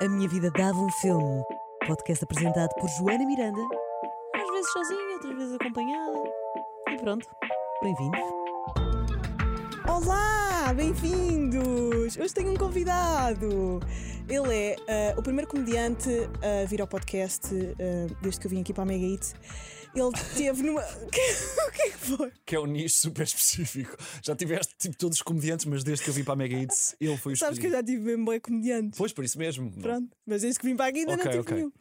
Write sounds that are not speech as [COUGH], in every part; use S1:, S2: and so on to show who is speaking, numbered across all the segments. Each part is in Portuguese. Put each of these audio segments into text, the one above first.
S1: A Minha Vida Dava um Filme. Podcast apresentado por Joana Miranda.
S2: Às vezes sozinha, outras vezes acompanhada. E pronto.
S1: Bem-vindos.
S3: Olá, bem-vindos! Hoje tenho um convidado. Ele é ah, o primeiro comediante a vir ao podcast ah, desde que eu vim aqui para a Mega Eat. Ele teve numa. [LAUGHS] o que o que é que foi?
S4: que é um nicho super específico. Já tiveste tipo todos os comediantes, mas desde que eu vim para a Mega Hits, ele foi o
S3: Sabes que eu
S4: escolhido.
S3: já tive mesmo bem comediante.
S4: Pois, por isso mesmo.
S3: Pronto, mas desde que vim para aqui ainda não
S4: Ok,
S3: tive
S4: ok.
S3: nenhum.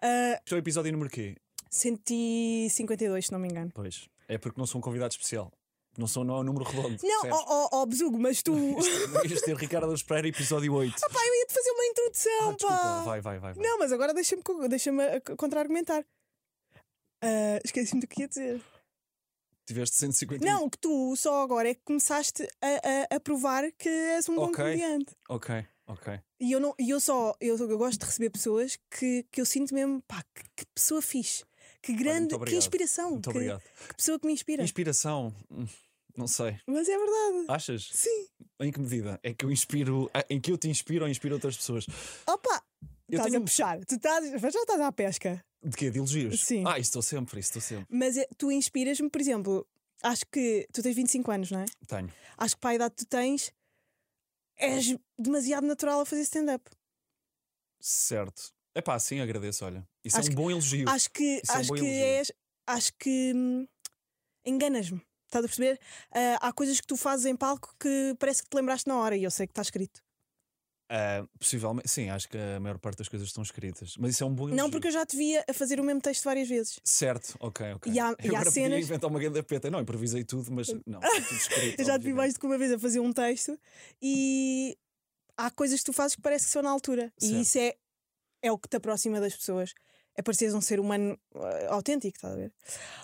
S3: Ah,
S4: Este é o episódio número quê?
S3: 152, se não me engano.
S4: Pois, é porque não sou um convidado especial. Não sou não é um número redondo.
S3: Não,
S4: percebes?
S3: ó, ó, ó, Bezugo, mas tu. Pá,
S4: Este é
S3: [LAUGHS]
S4: Ricardo Alves Pereira, episódio 8.
S3: eu ia-te fazer uma introdução,
S4: Ah, desculpa,
S3: pá!
S4: vai, vai, vai. vai.
S3: Não, mas agora deixa-me co- deixa-me ah, co- contra-argumentar. Ah, Esqueci-me do que ia dizer.
S4: Tiveste 150.
S3: Não, que tu só agora é que começaste a, a- a provar que és um bom
S4: Ok.
S3: comediante.
S4: Ok, ok.
S3: E eu, não, e eu só eu, eu gosto de receber pessoas que, que eu sinto mesmo, pá, que, que pessoa fixe. Que grande, que
S4: obrigado.
S3: inspiração.
S4: Muito
S3: que,
S4: obrigado.
S3: que pessoa que me inspira.
S4: Inspiração. Hum, Não sei.
S3: Mas é verdade.
S4: Achas?
S3: Sim.
S4: Em que medida? É que eu inspiro. ah, Em que eu te inspiro ou inspiro outras pessoas?
S3: Opa!
S4: Eu
S3: estás
S4: tenho- um
S3: a puxar. Tu estás, mas já estás à pesca.
S4: De quê? De elogios?
S3: Sim.
S4: Ah, isso estou sempre, isso estou sempre.
S3: Mas é- tu inspiras-me, por exemplo, acho que tu tens 25 anos, não é?
S4: Tenho.
S3: Acho que para a idade que tu tens, és demasiado natural a fazer stand-up.
S4: Certo. É pá, sim, agradeço, olha. Isso
S3: Acho
S4: é um
S3: que-
S4: bom elogio.
S3: Acho que,
S4: Isso é um
S3: acho
S4: bom
S3: que
S4: elogio.
S3: és. Acho que. hum, enganas-me. Estás a perceber? Ah, há coisas que tu fazes em palco que parece que te lembraste na hora e eu sei que está escrito.
S4: Ah, possivelmente, sim, acho que a maior parte das coisas estão escritas. Mas isso é um bom elogio.
S3: Não, porque eu já te via a fazer o mesmo texto várias vezes.
S4: Certo, ok, ok.
S3: E há-
S4: eu
S3: e há
S4: agora podia
S3: cenas-
S4: inventar uma grande peta. Não, improvisei tudo,
S3: [LAUGHS]
S4: mas não, está tudo escrito.
S3: Eu [LAUGHS] já te vi
S4: obviamente.
S3: mais do que uma vez a fazer um texto e há coisas que tu fazes que parece que são na altura.
S4: Certo.
S3: E isso é, é o que te aproxima das pessoas. É pareceres um ser humano ah, autêntico, estás a ver?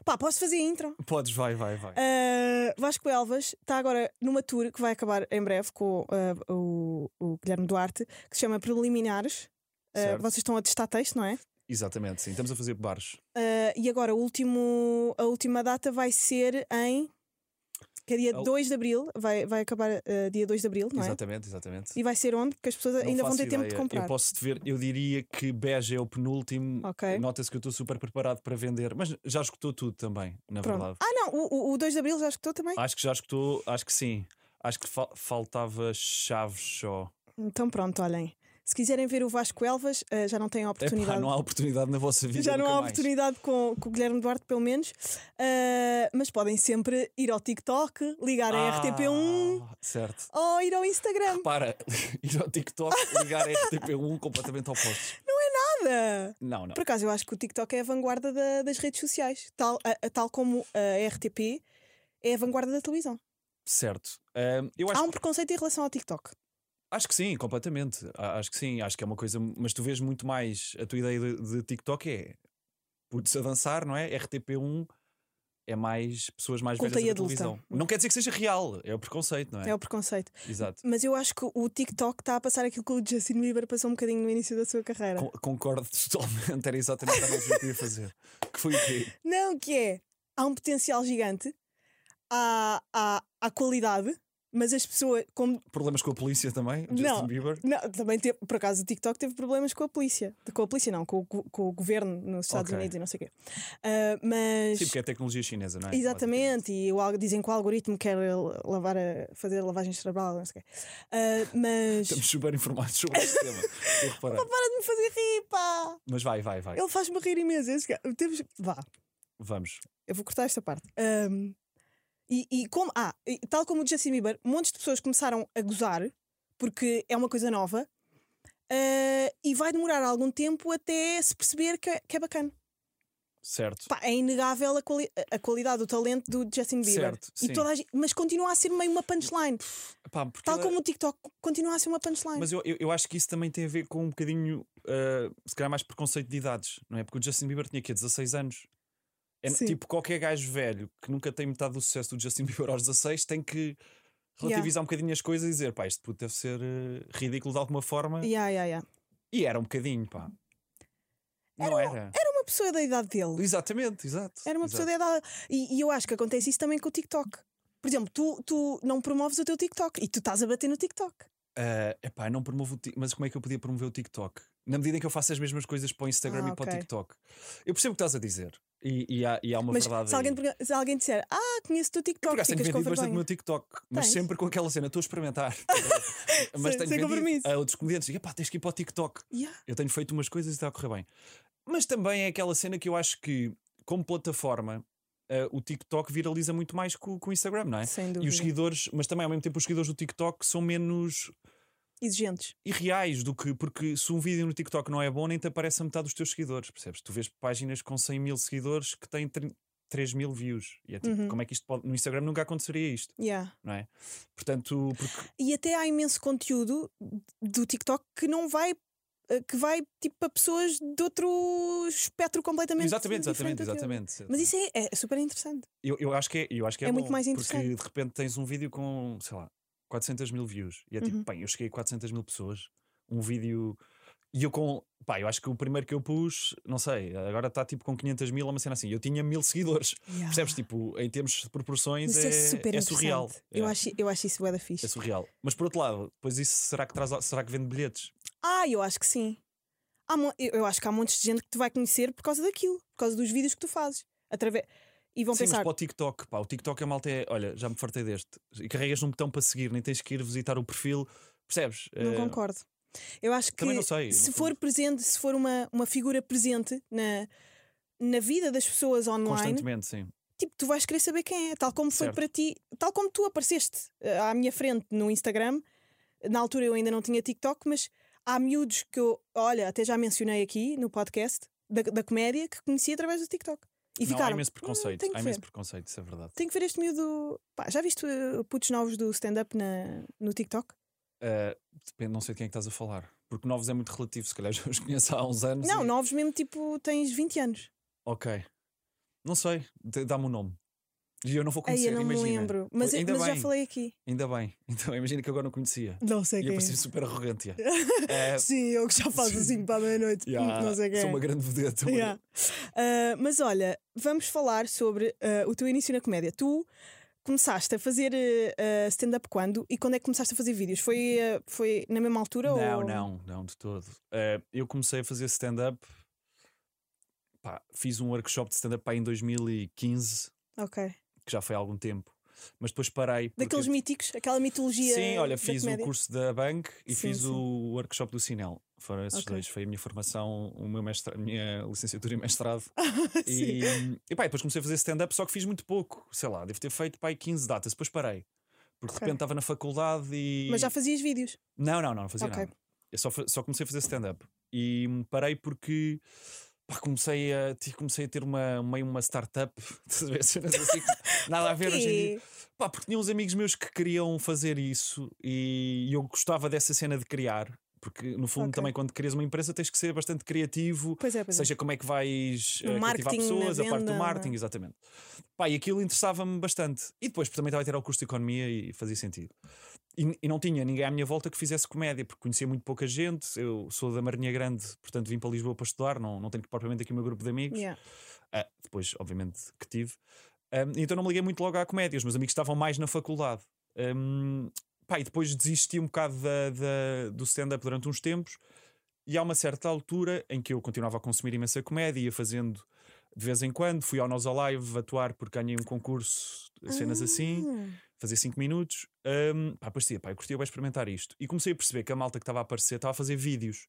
S3: Pá, posso fazer a intro?
S4: Podes, vai, vai, vai.
S3: Uh, Vasco Elvas está agora numa tour que vai acabar em breve com uh, o, o Guilherme Duarte, que se chama Preliminares. Uh,
S4: Certo.
S3: vocês estão a testar texto, não é?
S4: Exatamente, sim. Estamos a fazer bares.
S3: Uh, e agora o último, a última data vai ser em. que é dia
S4: Ao-
S3: 2 de abril. Vai, vai acabar uh, dia 2 de abril, não é?
S4: Exatamente, exatamente.
S3: E vai ser onde? Porque as pessoas
S4: Não
S3: ainda vão
S4: faço
S3: ter tempo de
S4: ideia.
S3: comprar.
S4: Eu posso te ver, eu diria que Beja é o penúltimo.
S3: Ok.
S4: Nota-se que eu estou super preparado para vender, mas já escutou tudo também, na
S3: Pronto.
S4: verdade. Ah.
S3: Ah, não, o, o- o 2 de abril já escutou também?
S4: Acho que já escutou, acho que sim. Acho que fal- faltava chaves só.
S3: Então pronto, olhem. Se quiserem ver o Vasco Elvas, uh, já não têm a
S4: É
S3: oportunidade.
S4: não há oportunidade na vossa vida.
S3: Já não
S4: nunca
S3: há
S4: mais.
S3: oportunidade com, com o Guilherme Duarte, pelo menos. Ah, mas podem sempre ir ao TikTok, ligar a RTP1
S4: Ah, Certo.
S3: ou ir ao Instagram.
S4: Para [LAUGHS] ir ao TikTok ligar a RTP1 completamente opostos.
S3: Nada!
S4: Não, não.
S3: Por acaso, eu acho que o TikTok é a vanguarda da- das redes sociais, tal, a- a- tal como a RTP é a vanguarda da televisão.
S4: Certo. Ahm, eu acho,
S3: Há um preconceito em relação ao TikTok.
S4: acho que sim, completamente. A- Acho que sim, acho que é uma coisa. Mas tu vês muito mais. A tua ideia de, de TikTok é putos a dançar, não é? RTP1 é mais pessoas mais
S3: Culta
S4: velhas
S3: e
S4: da
S3: adulta.
S4: televisão. Não quer dizer que seja real, é o preconceito, não é?
S3: É o preconceito.
S4: Exato.
S3: Mas eu acho que o TikTok está a passar aquilo que o Justin Bieber passou um bocadinho no início da sua carreira.
S4: Con- concordo totalmente, era exatamente a analogia que eu ia fazer. Que foi o quê?
S3: Não, que é. Há um potencial gigante, há, há, há qualidade, mas as pessoas. Como,
S4: Problemas com a polícia também? Justin
S3: Não.
S4: Bieber?
S3: não, também teve, por acaso o TikTok teve problemas com a polícia. De- Com a polícia, não, com, o go- com o governo nos Estados
S4: Ok.
S3: Unidos e não sei o quê. Ah, mas.
S4: Sim, porque é tecnologia chinesa, não é?
S3: Exatamente, e o, algo- dizem que o algoritmo quer la- lavar a- fazer lavagem cerebral, não sei o quê. Ah, mas.
S4: Estamos super informados [LAUGHS] sobre este tema. Estou a reparar.
S3: Para de [LAUGHS] me fazer rir, pá!
S4: Mas vai, vai, vai.
S3: Ele faz-me rir imenso. Esse gajo- Temos... Vá,
S4: Vamos.
S3: Eu vou cortar esta parte. Ahm, e, e como. Ah, e tal como o Justin Bieber, montes de pessoas começaram a gozar, porque é uma coisa nova, ah, e vai demorar algum tempo até se perceber que, é- que é bacana.
S4: Certo.
S3: Pá, é inegável a, quali- a- a qualidade, o talento do Justin Bieber.
S4: Certo,
S3: E
S4: sim.
S3: toda a gente- mas continua a ser meio uma punchline.
S4: Pá, porque
S3: Tal
S4: ele é-
S3: como o TikTok continua a ser uma punchline.
S4: Mas eu, eu, eu acho que isso também tem a ver com um bocadinho, ah, se calhar, mais preconceito de idades, não é? Porque o Justin Bieber tinha aqui 16 anos. É
S3: Sim.
S4: tipo qualquer gajo velho que nunca tem metade do sucesso do Justin [LAUGHS] Bieber aos 16 tem que relativizar um bocadinho as coisas e dizer, pá, este puto deve ser eh, ridículo de alguma forma.
S3: Yeah, yeah, yeah.
S4: E era um bocadinho, pá. Não era.
S3: Uma pessoa da idade dele.
S4: Exatamente, exato.
S3: um Era uma
S4: exato.
S3: pessoa da idade. E, e eu acho que acontece isso também com o TikTok. Por exemplo, tu, tu não promoves o teu TikTok e tu estás a bater no TikTok.
S4: Ah, é epá, eu não promovo o Tik- mas como é que eu podia promover o TikTok? na medida em que eu faço as mesmas coisas para o Instagram
S3: Ah,
S4: e para
S3: ok.
S4: o TikTok. Eu percebo o que estás a dizer. E, e há, e há uma
S3: mas
S4: verdade.
S3: se alguém,
S4: aí.
S3: perga- se alguém disser, ah, conheço o
S4: Eu,
S3: TikTok,
S4: por acaso, tenho
S3: ficas com
S4: vendido bastante o
S3: vergonha.
S4: meu TikTok, mas
S3: Tens?
S4: sempre com aquela cena, estou a experimentar. mas
S3: [LAUGHS] Sem-
S4: tenho
S3: sem
S4: vendido
S3: compromisso.
S4: a outros comediantes, e pá, tens que ir para o TikTok.
S3: Yeah.
S4: Eu tenho feito umas coisas e está a correr bem. Mas também é aquela cena que eu acho que, como plataforma, eh, o TikTok viraliza muito mais que o que o Instagram, não é?
S3: Sem
S4: E os
S3: dúvida.
S4: seguidores, mas também ao mesmo tempo os seguidores do TikTok são menos
S3: Exigentes.
S4: irreais do que. Porque se um vídeo no TikTok não é bom, nem te aparece a metade dos teus seguidores, percebes? Tu vês páginas com 100 mil seguidores que têm 3 mil views. E é tipo,
S3: Uhum.
S4: como é que isto pode. No Instagram nunca aconteceria isto,
S3: Yeah.
S4: não é? Portanto, porque
S3: E até há imenso conteúdo do TikTok que não vai. eh, Que vai tipo para pessoas de outro espectro completamente
S4: Exatamente,
S3: é diferente
S4: exatamente,
S3: do teu.
S4: exatamente.
S3: Mas isso é, é super interessante.
S4: Eu, eu acho que é, eu acho que é,
S3: É muito
S4: bom,
S3: mais
S4: Porque
S3: interessante.
S4: de repente tens um vídeo com, sei lá, 400 mil views. E é tipo,
S3: Uhum.
S4: bem, eu cheguei a 400 mil pessoas. Um vídeo. E eu com. Pá, eu acho que o primeiro que eu pus, não sei, agora está tipo com 500 mil, é uma cena assim. Eu tinha mil seguidores. Percebes? Tipo, em termos de proporções,
S3: Ah. Isso
S4: é,
S3: é super
S4: é surreal.
S3: interessante. Eu,
S4: É,
S3: acho, eu acho isso bué da
S4: é
S3: fixe.
S4: surreal. Mas por outro lado, depois isso será que, traz, será que vende bilhetes?
S3: Ah, eu acho que sim. Há mon- eu eu acho que há montes de gente que te vai conhecer por causa daquilo, por causa dos vídeos que tu fazes. Através... E vão
S4: Sim, mas
S3: pensar,
S4: para o TikTok, pá, o TikTok é malta é, olha, já me fartei deste. E carregas num botão para seguir, nem tens que ir visitar o perfil, percebes?
S3: não
S4: Eh,
S3: concordo. Eu acho que
S4: também não sei,
S3: se
S4: no
S3: for
S4: fundo.
S3: presente, se for uma, uma figura presente na, na vida das pessoas online,
S4: Constantemente, sim.
S3: tipo, tu vais querer saber quem é, tal como foi
S4: Certo.
S3: para ti, tal como tu apareceste eh, à minha frente no Instagram. Na altura eu ainda não tinha TikTok, mas há miúdos que eu, olha, até já mencionei aqui no podcast da, da comédia que conheci através do TikTok. E
S4: não, há
S3: ficaram.
S4: imenso
S3: "Hum,
S4: preconceito.
S3: tenho que
S4: há
S3: ver.
S4: imenso preconceito, isso é verdade.
S3: Tenho que ver este miúdo. Pá, já viste eh, putos novos do stand-up na- no TikTok?
S4: Ah, depende, não sei de quem é que estás a falar. Porque novos é muito relativo, se calhar [LAUGHS] já os conheço há uns anos.
S3: Não,
S4: e-
S3: novos mesmo, tipo, tens 20 anos.
S4: Ok. Não sei, d- dá-me o nome. E eu não vou
S3: Aí
S4: conhecer,
S3: eu não
S4: imagina.
S3: me lembro. Mas,
S4: Ainda
S3: mas já
S4: bem.
S3: falei aqui.
S4: Ainda bem. [LAUGHS] Então imagina que eu agora não conhecia.
S3: Não sei
S4: E
S3: quem.
S4: eu
S3: é.
S4: parecia super arrogante. já.
S3: [LAUGHS]
S4: Eh,
S3: Sim, eu que
S4: [LAUGHS]
S3: já faço assim para a meia-noite. Hum,
S4: já,
S3: não sei quem.
S4: Sou
S3: é.
S4: uma grande vedeta. uma
S3: Yeah. Ah, mas olha, vamos falar sobre ah, o teu início na comédia. Tu começaste a fazer ah, ah, stand-up quando e quando é que começaste a fazer vídeos? Foi, ah, foi na mesma altura?
S4: Não,
S3: ou...
S4: não, não, de todo. Eh, eu comecei a fazer stand-up. Pá, Fiz um workshop de stand-up pá, em 2015,
S3: Ok.
S4: que já foi há algum tempo. Mas depois parei. porque-
S3: Daqueles míticos, aquela mitologia.
S4: Sim, olha,
S3: da
S4: fiz um o
S3: comédia.
S4: curso da Bank e
S3: Sim,
S4: fiz
S3: sim.
S4: o workshop do Sinel. Foram esses
S3: Ok.
S4: dois. Foi a minha formação, o meu mestra, a minha licenciatura e
S3: [LAUGHS]
S4: mestrado.
S3: Ah, Sim.
S4: e, e pá, e depois comecei a fazer stand-up, só que fiz muito pouco. Sei lá, devo ter feito pá, aí 15 datas. Depois parei. Porque de
S3: Ok.
S4: repente estava na faculdade e.
S3: Mas já fazias vídeos.
S4: Não, não, não, não fazia
S3: Ok.
S4: nada. Eu só, fa- só comecei a fazer stand-up. E hum, parei porque pá, comecei, a, ti- comecei a ter uma, meio uma startup. [LAUGHS] estás a ver? Cenas assim que
S3: [LAUGHS]
S4: nada a ver hoje em dia.
S3: E-
S4: Pá, porque tinha uns amigos meus que queriam fazer isso e eu gostava dessa cena de criar. Porque, no fundo,
S3: Ok.
S4: também quando crias uma empresa tens que ser bastante criativo,
S3: Pois é, pois é.
S4: seja como é que vais
S3: No
S4: eh, cativar
S3: marketing, na
S4: pessoas, a parte
S3: venda,
S4: do
S3: não é?
S4: marketing, exatamente. Pá, e aquilo interessava-me bastante. E depois também estava a ter ao curso de economia e fazia sentido. E, e não tinha ninguém à minha volta que fizesse comédia, porque conhecia muito pouca gente. Eu sou da Marinha Grande, portanto vim para Lisboa para estudar, não, não tenho propriamente aqui o meu grupo de amigos.
S3: Yeah.
S4: Ah, depois, obviamente, que tive. Ahm, então não me liguei muito logo à comédia. Os meus amigos estavam mais na faculdade. Ahm, pá, e depois desisti um bocado da- da- do stand-up durante uns tempos. E há uma certa altura em que eu continuava a consumir imensa comédia, ia fazendo de vez em quando. Fui ao Nós Alive atuar porque ganhei um concurso, cenas assim
S3: Ah,
S4: fazer 5 minutos. hum, pá, depois dizia, pá, eu curtia bem experimentar isto. E comecei a perceber que a malta que estava a aparecer estava a fazer vídeos.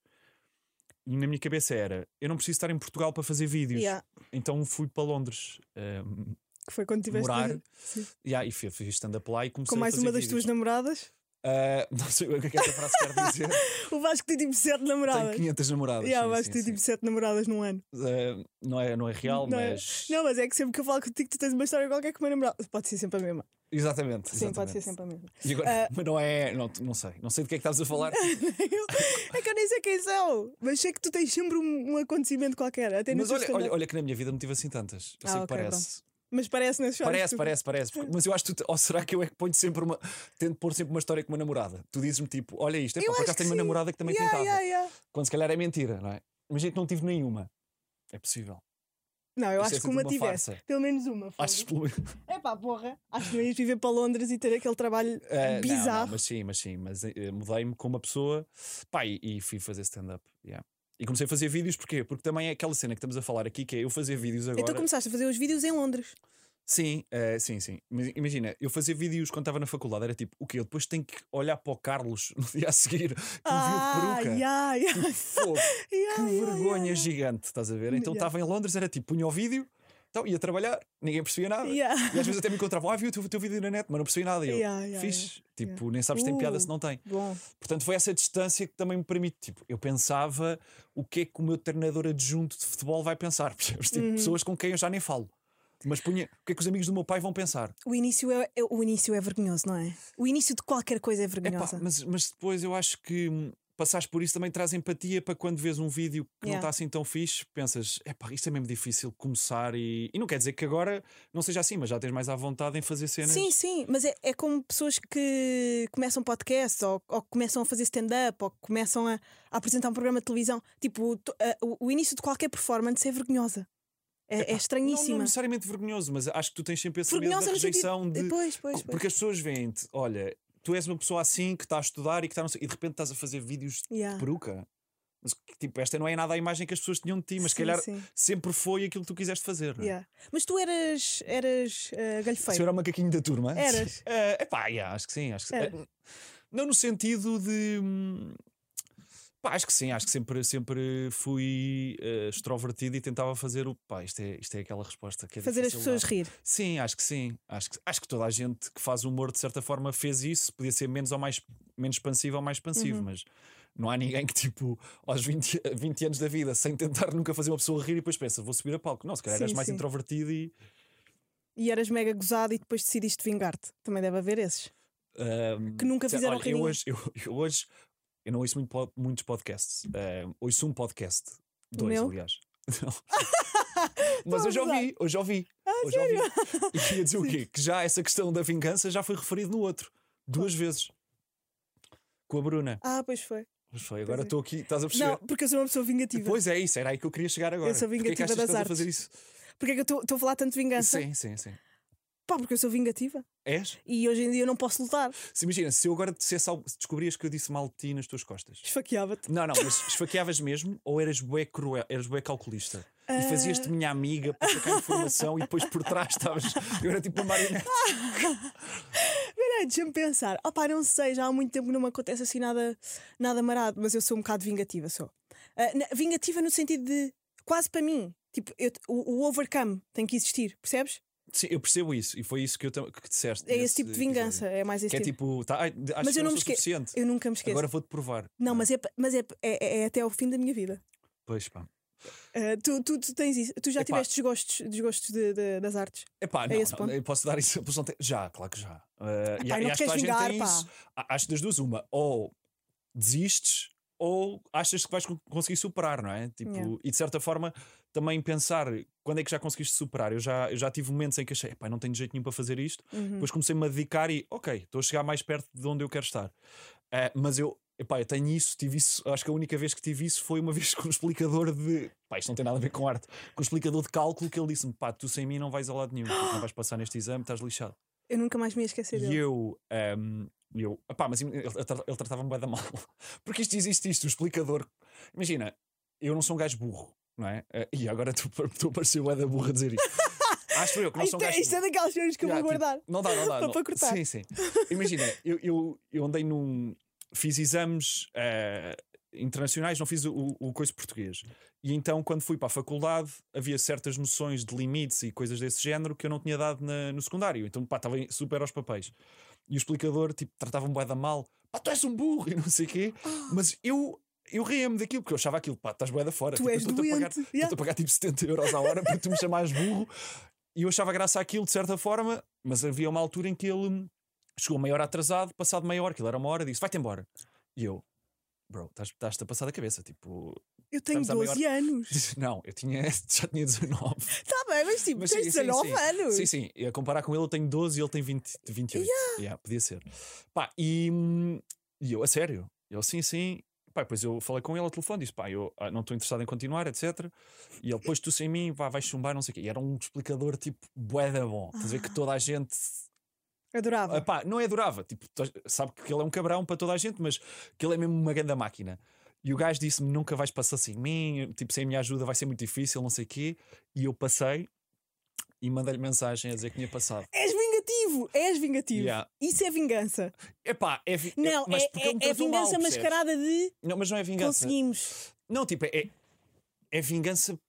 S4: E na minha cabeça era, eu não preciso estar em Portugal para fazer vídeos.
S3: yeah,
S4: Então fui para Londres hum,
S3: Que foi quando tiveste.
S4: morar.
S3: Sim.
S4: yeah, e fiz, fiz stand-up lá e comecei
S3: Com mais
S4: a fazer
S3: uma das tuas
S4: vídeos.
S3: namoradas.
S4: Ah, [LAUGHS] não sei o que é que esta frase quer
S3: [LAUGHS]
S4: dizer.
S3: O Vasco tem tipo 7
S4: Tenho
S3: namoradas.
S4: 500 namoradas.
S3: Yeah, o
S4: sim,
S3: Vasco
S4: sim,
S3: tem
S4: sim.
S3: tipo 7 namoradas num ano.
S4: Ah, não, é, não é real,
S3: Não é-
S4: mas.
S3: Não, mas é que sempre que eu falo contigo, tu tens uma história qualquer com uma namorada. Pode ser sempre a mesma.
S4: Exatamente.
S3: Sim, pode ser
S4: exatamente.
S3: sempre Eh, a mesma.
S4: E agora, [LAUGHS] mas não é. Não, não sei. Não sei do que é que estás a
S3: [LAUGHS]
S4: falar.
S3: Eu- é que eu nem sei quem são, mas sei que tu tens sempre um, um acontecimento qualquer. Até no
S4: Mas
S3: teu
S4: olha,
S3: stand-up.
S4: olha, olha que na minha vida não tive assim tantas. Eu
S3: Ah,
S4: sei
S3: ok,
S4: que parece.
S3: Mas parece nas histórias.
S4: Parece,
S3: que tu-
S4: parece, parece.
S3: [LAUGHS]
S4: porque- Mas eu acho que tu. te- Ou será que eu é que ponho sempre uma. Tento pôr sempre uma história com uma namorada? Tu dizes-me tipo, olha isto, é
S3: Eu
S4: pá, por
S3: acho
S4: acaso
S3: que
S4: tenho uma
S3: sim.
S4: namorada que também
S3: Yeah,
S4: tentava.
S3: yeah, yeah.
S4: Quando se calhar é mentira, não é? Imagina que não tive nenhuma. É possível.
S3: Não,
S4: Isso é
S3: eu acho que
S4: sempre
S3: uma
S4: uma
S3: tivesse.
S4: farsa.
S3: Pelo menos uma.
S4: Achas pelo.
S3: É pá, porra. Acho que não ias viver para Londres e ter aquele trabalho
S4: [LAUGHS] Eh, não,
S3: bizarro.
S4: Não, mas sim, mas sim. Mas eh, mudei-me com uma pessoa. Pá, e, e fui fazer stand-up. yeah. E comecei a fazer vídeos porquê? Porque também é aquela cena que estamos a falar aqui, que é eu fazer vídeos agora.
S3: Então começaste a fazer os vídeos em Londres.
S4: Sim, eh, sim, sim. Mas imagina, eu fazia vídeos quando estava na faculdade, era tipo, o quê? Eu depois tenho que olhar para o Carlos [LAUGHS] no dia a seguir, que me viu de
S3: Ah,
S4: peruca.
S3: yeah, yeah,
S4: Tipo,
S3: [LAUGHS]
S4: fogo, que
S3: yeah, yeah,
S4: vergonha gigante, estás a ver? Então
S3: Yeah.
S4: estava em Londres, era tipo, punha o vídeo, então ia trabalhar, ninguém percebia nada.
S3: yeah.
S4: E às vezes até me encontravam, ah, vi o teu, o teu vídeo na net, mas não percebi nada. E eu,
S3: Yeah, yeah,
S4: fixe,
S3: yeah.
S4: tipo, nem sabes se tem piada se
S3: Uh.
S4: não tem.
S3: Bom,
S4: Portanto, foi essa distância que também me permite. Tipo, eu pensava o que é que o meu treinador adjunto de futebol vai pensar. [LAUGHS] percebes? Tipo,
S3: Uhum.
S4: pessoas com quem eu já nem falo. Mas punha, o que é que os amigos do meu pai vão pensar?
S3: o início é, é- o início é vergonhoso, não é? O início de qualquer coisa é
S4: Epá,
S3: vergonhosa.
S4: mas, mas depois eu acho que hum, passares por isso também traz empatia para quando vês um vídeo que não
S3: Yeah.
S4: está assim tão fixe, pensas, epá, isto é mesmo difícil começar e. E não quer dizer que agora não seja assim, mas já tens mais à vontade em fazer cenas.
S3: Sim, sim, mas é, é como pessoas que começam podcasts ou, ou começam a fazer stand-up ou começam a, a apresentar um programa de televisão. Tipo, to- a- o, o início de qualquer performance é vergonhosa. É, é
S4: não, não
S3: estranhíssima.
S4: necessariamente vergonhoso, mas acho que tu tens sempre esse medo
S3: vergonhosa
S4: da
S3: no sentido-
S4: rejeição de.
S3: Pois, pois, pois.
S4: Porque é as pessoas veem-te, olha, tu és uma pessoa assim que está a estudar e que está não sei- e de repente estás a fazer vídeos de
S3: Yeah.
S4: peruca. Mas que, tipo, esta não é nada a imagem que as pessoas tinham de ti, mas se
S3: Sim,
S4: calhar
S3: sim.
S4: sempre foi aquilo que tu quiseste fazer. não é?
S3: Yeah. Mas tu eras, eras
S4: Se
S3: ah,
S4: eu
S3: galhofeiro.
S4: era o macaquinho da turma. [LAUGHS]
S3: Eras.
S4: eh, epá, yeah, acho que sim. Acho que,
S3: Eras.
S4: eh, não no sentido de. hum, Pá, acho que sim, acho que sempre, sempre fui eh, extrovertido e tentava fazer o. Pá, isto é, isto é aquela resposta que é
S3: Fazer as
S4: difícil
S3: pessoas
S4: dar.
S3: rir.
S4: Sim, acho que sim. Acho que, acho que toda a gente que faz humor de certa forma fez isso. Podia ser menos ou mais menos expansivo ou mais expansivo,
S3: Uhum.
S4: mas não há ninguém que, tipo, aos 20, a- 20 anos da vida, sem tentar nunca fazer uma pessoa rir e depois pensa, vou subir a palco. Não, se calhar
S3: Sim,
S4: eras mais
S3: sim.
S4: introvertido e.
S3: E eras mega gozado e depois decidiste vingar-te. Também deve haver esses.
S4: ahm,
S3: Que nunca
S4: sei-
S3: fizeram
S4: olha, eu
S3: rir
S4: hoje, eu, eu hoje eu não ouço muito po- muitos podcasts. ahm, ouço um podcast. Dois,
S3: meu?
S4: aliás.
S3: [LAUGHS]
S4: Não. mas
S3: a
S4: hoje ouvi,
S3: gozar. Ah,
S4: hoje ouvi. hoje ouvi.
S3: [LAUGHS]
S4: E queria dizer o quê? Que já essa questão da vingança já foi referido no outro. Duas vezes. Com a Bruna.
S3: Ah, pois foi.
S4: Mas foi, agora
S3: é.
S4: estou aqui, estás a perceber?
S3: Não, porque eu sou uma pessoa vingativa.
S4: Pois é isso, era aí que eu queria chegar agora.
S3: sou
S4: Porquê é que
S3: vingativa
S4: achas que
S3: das
S4: estás a fazer isso?
S3: Porquê é que eu estou estou a falar tanto de vingança?
S4: Sim, sim, sim.
S3: Pá, porque eu sou vingativa.
S4: És?
S3: E hoje em dia eu não posso lutar.
S4: Se imagina, se eu agora dissesse algo, se descobrias que eu disse mal de ti nas tuas costas.
S3: Esfaqueava-te.
S4: Não, não, mas esfaqueavas mesmo ou eras bué cruel, eras bué calculista? E fazias-te
S3: Ah.
S4: minha amiga para sacar informação e depois por trás estavas. Eu era tipo uma marionete.
S3: Peraí, deixa-me pensar. Oh, pá, não sei, já há muito tempo que não me acontece assim nada, nada marado, mas eu sou um bocado vingativa, sou. Ah, na- vingativa no sentido de quase para mim. Tipo, eu- o, o overcome tem que existir, percebes?
S4: Sim, eu percebo isso e foi isso que, eu tam- que disseste.
S3: É esse
S4: nesse
S3: tipo de vingança,
S4: episódio.
S3: é mais esse
S4: Que é
S3: tipo.
S4: tipo, tá, ai, acho
S3: Mas
S4: que não
S3: eu não me
S4: sou
S3: esqueço.
S4: suficiente.
S3: Eu nunca me esqueço.
S4: Agora vou-te provar.
S3: Não, mas, é, pa- mas é, é, é até ao fim da minha vida.
S4: Pois pá.
S3: Ah, tu, tu, tu tens isso. Tu já
S4: Epá.
S3: tiveste desgostos, desgostos de- de- das artes?
S4: Epá,
S3: É
S4: não,
S3: esse
S4: não,
S3: ponto.
S4: eu posso dar exemplos. não tem- Já, claro que já. Uh, e-
S3: não
S4: e
S3: te
S4: acho que toda a
S3: queres
S4: gente
S3: vingar,
S4: tem
S3: pá.
S4: isso. A- Acho das duas uma. Ou desistes, ou achas que vais co- conseguir superar, não é? Tipo,
S3: Yeah.
S4: E de certa forma, também pensar quando é que já conseguiste superar. Eu já, eu já tive momentos em que achei, epá, não tenho jeito nenhum para fazer isto.
S3: Uhum.
S4: Depois comecei-me a dedicar e, ok, estou a chegar mais perto de onde eu quero estar. Eh, mas eu, epá, eu tenho isso, tive isso. Acho que a única vez que tive isso foi uma [LAUGHS] vez com um explicador de. Pá, isto não tem nada a ver com arte. Com um explicador de cálculo que ele disse-me: pá, tu sem mim não vais a lado nenhum, tipo, não vais passar neste exame, estás lixado.
S3: Eu nunca mais me ia esquecer
S4: E
S3: dele.
S4: eu. ehm, e eu, epá, mas ele, ele tra- ele tratava-me bem da mal. [LAUGHS] Porque isto existe isto, o explicador. Imagina, eu não sou um gajo burro, não é? Eh, e agora [LAUGHS] tu, tu apareceu bué da burra a
S3: [LAUGHS]
S4: dizer isto. Acho eu que não sou um
S3: Isto, é-
S4: gajo
S3: isto é
S4: burro.
S3: daquelas coisas que eu
S4: Ya,
S3: vou
S4: tipo,
S3: guardar.
S4: Não dá, não dá.
S3: Para-
S4: não-
S3: para cortar.
S4: Sim, sim. Imagina, eu, eu, eu andei num. Fiz exames eh, internacionais, não fiz o, o- o coisa português. E então, quando fui para a faculdade, havia certas noções de limites e coisas desse género que eu não tinha dado na- no secundário. Então, pá, estava super aos papéis. E o explicador, tipo, tratava-me bué da mal. Pá, tu és um burro e não sei o quê.
S3: Ah.
S4: Mas eu. Eu ria-me daquilo, porque eu achava aquilo, pá, estás bué da fora.
S3: Tu
S4: tipo, eu
S3: és
S4: estou-te a pagar-
S3: doente. Ya.
S4: Estou a pagar tipo 70 euros à hora para tu me chamares burro. E eu achava graça àquilo de certa forma, mas havia uma altura em que ele chegou meia hora atrasado, passado meia hora, aquilo era uma hora, disse: vai-te embora. E eu, bro, estás- estás-te a passar da cabeça. Tipo, [LAUGHS]
S3: Eu tenho
S4: Estamos à meia
S3: 12 anos.
S4: disse, não, eu tinha, [LAUGHS] já tinha 19.
S3: Está bem, mas tipo,
S4: Mas
S3: tens
S4: sim, sim,
S3: 19
S4: sim.
S3: anos.
S4: Sim, sim, e a comparar com ele, eu tenho 12 e ele tem 20, 28. Yeah, podia ser. Pá, e, hum, e eu, a sério, eu, sim, sim. Pá, depois eu falei com ele ao telefone, disse: pá, eu ah, não estou interessado em continuar, etc. E ele, depois tu sem mim, vá, vais chumbar, não sei o quê. E era um explicador tipo, bué da bom. Estás a ver que toda a gente
S3: Adorava.
S4: Epá, não é durava, tipo, tu- sabe que ele é um cabrão para toda a gente, mas que ele é mesmo uma grande máquina. E o gajo disse-me: nunca vais passar sem mim, tipo, sem a minha ajuda vai ser muito difícil, não sei o quê. E eu passei e mandei-lhe mensagem a dizer que tinha passado.
S3: És vingativo, és vingativo.
S4: Yeah.
S3: Isso é vingança.
S4: Epá, é vi-
S3: Não,
S4: mas
S3: é,
S4: porque ele me
S3: é- é
S4: tratou mal,
S3: vingança
S4: percebes?
S3: mascarada de
S4: Não, mas não é vingança.
S3: conseguimos.
S4: Não, tipo, é, é vingança.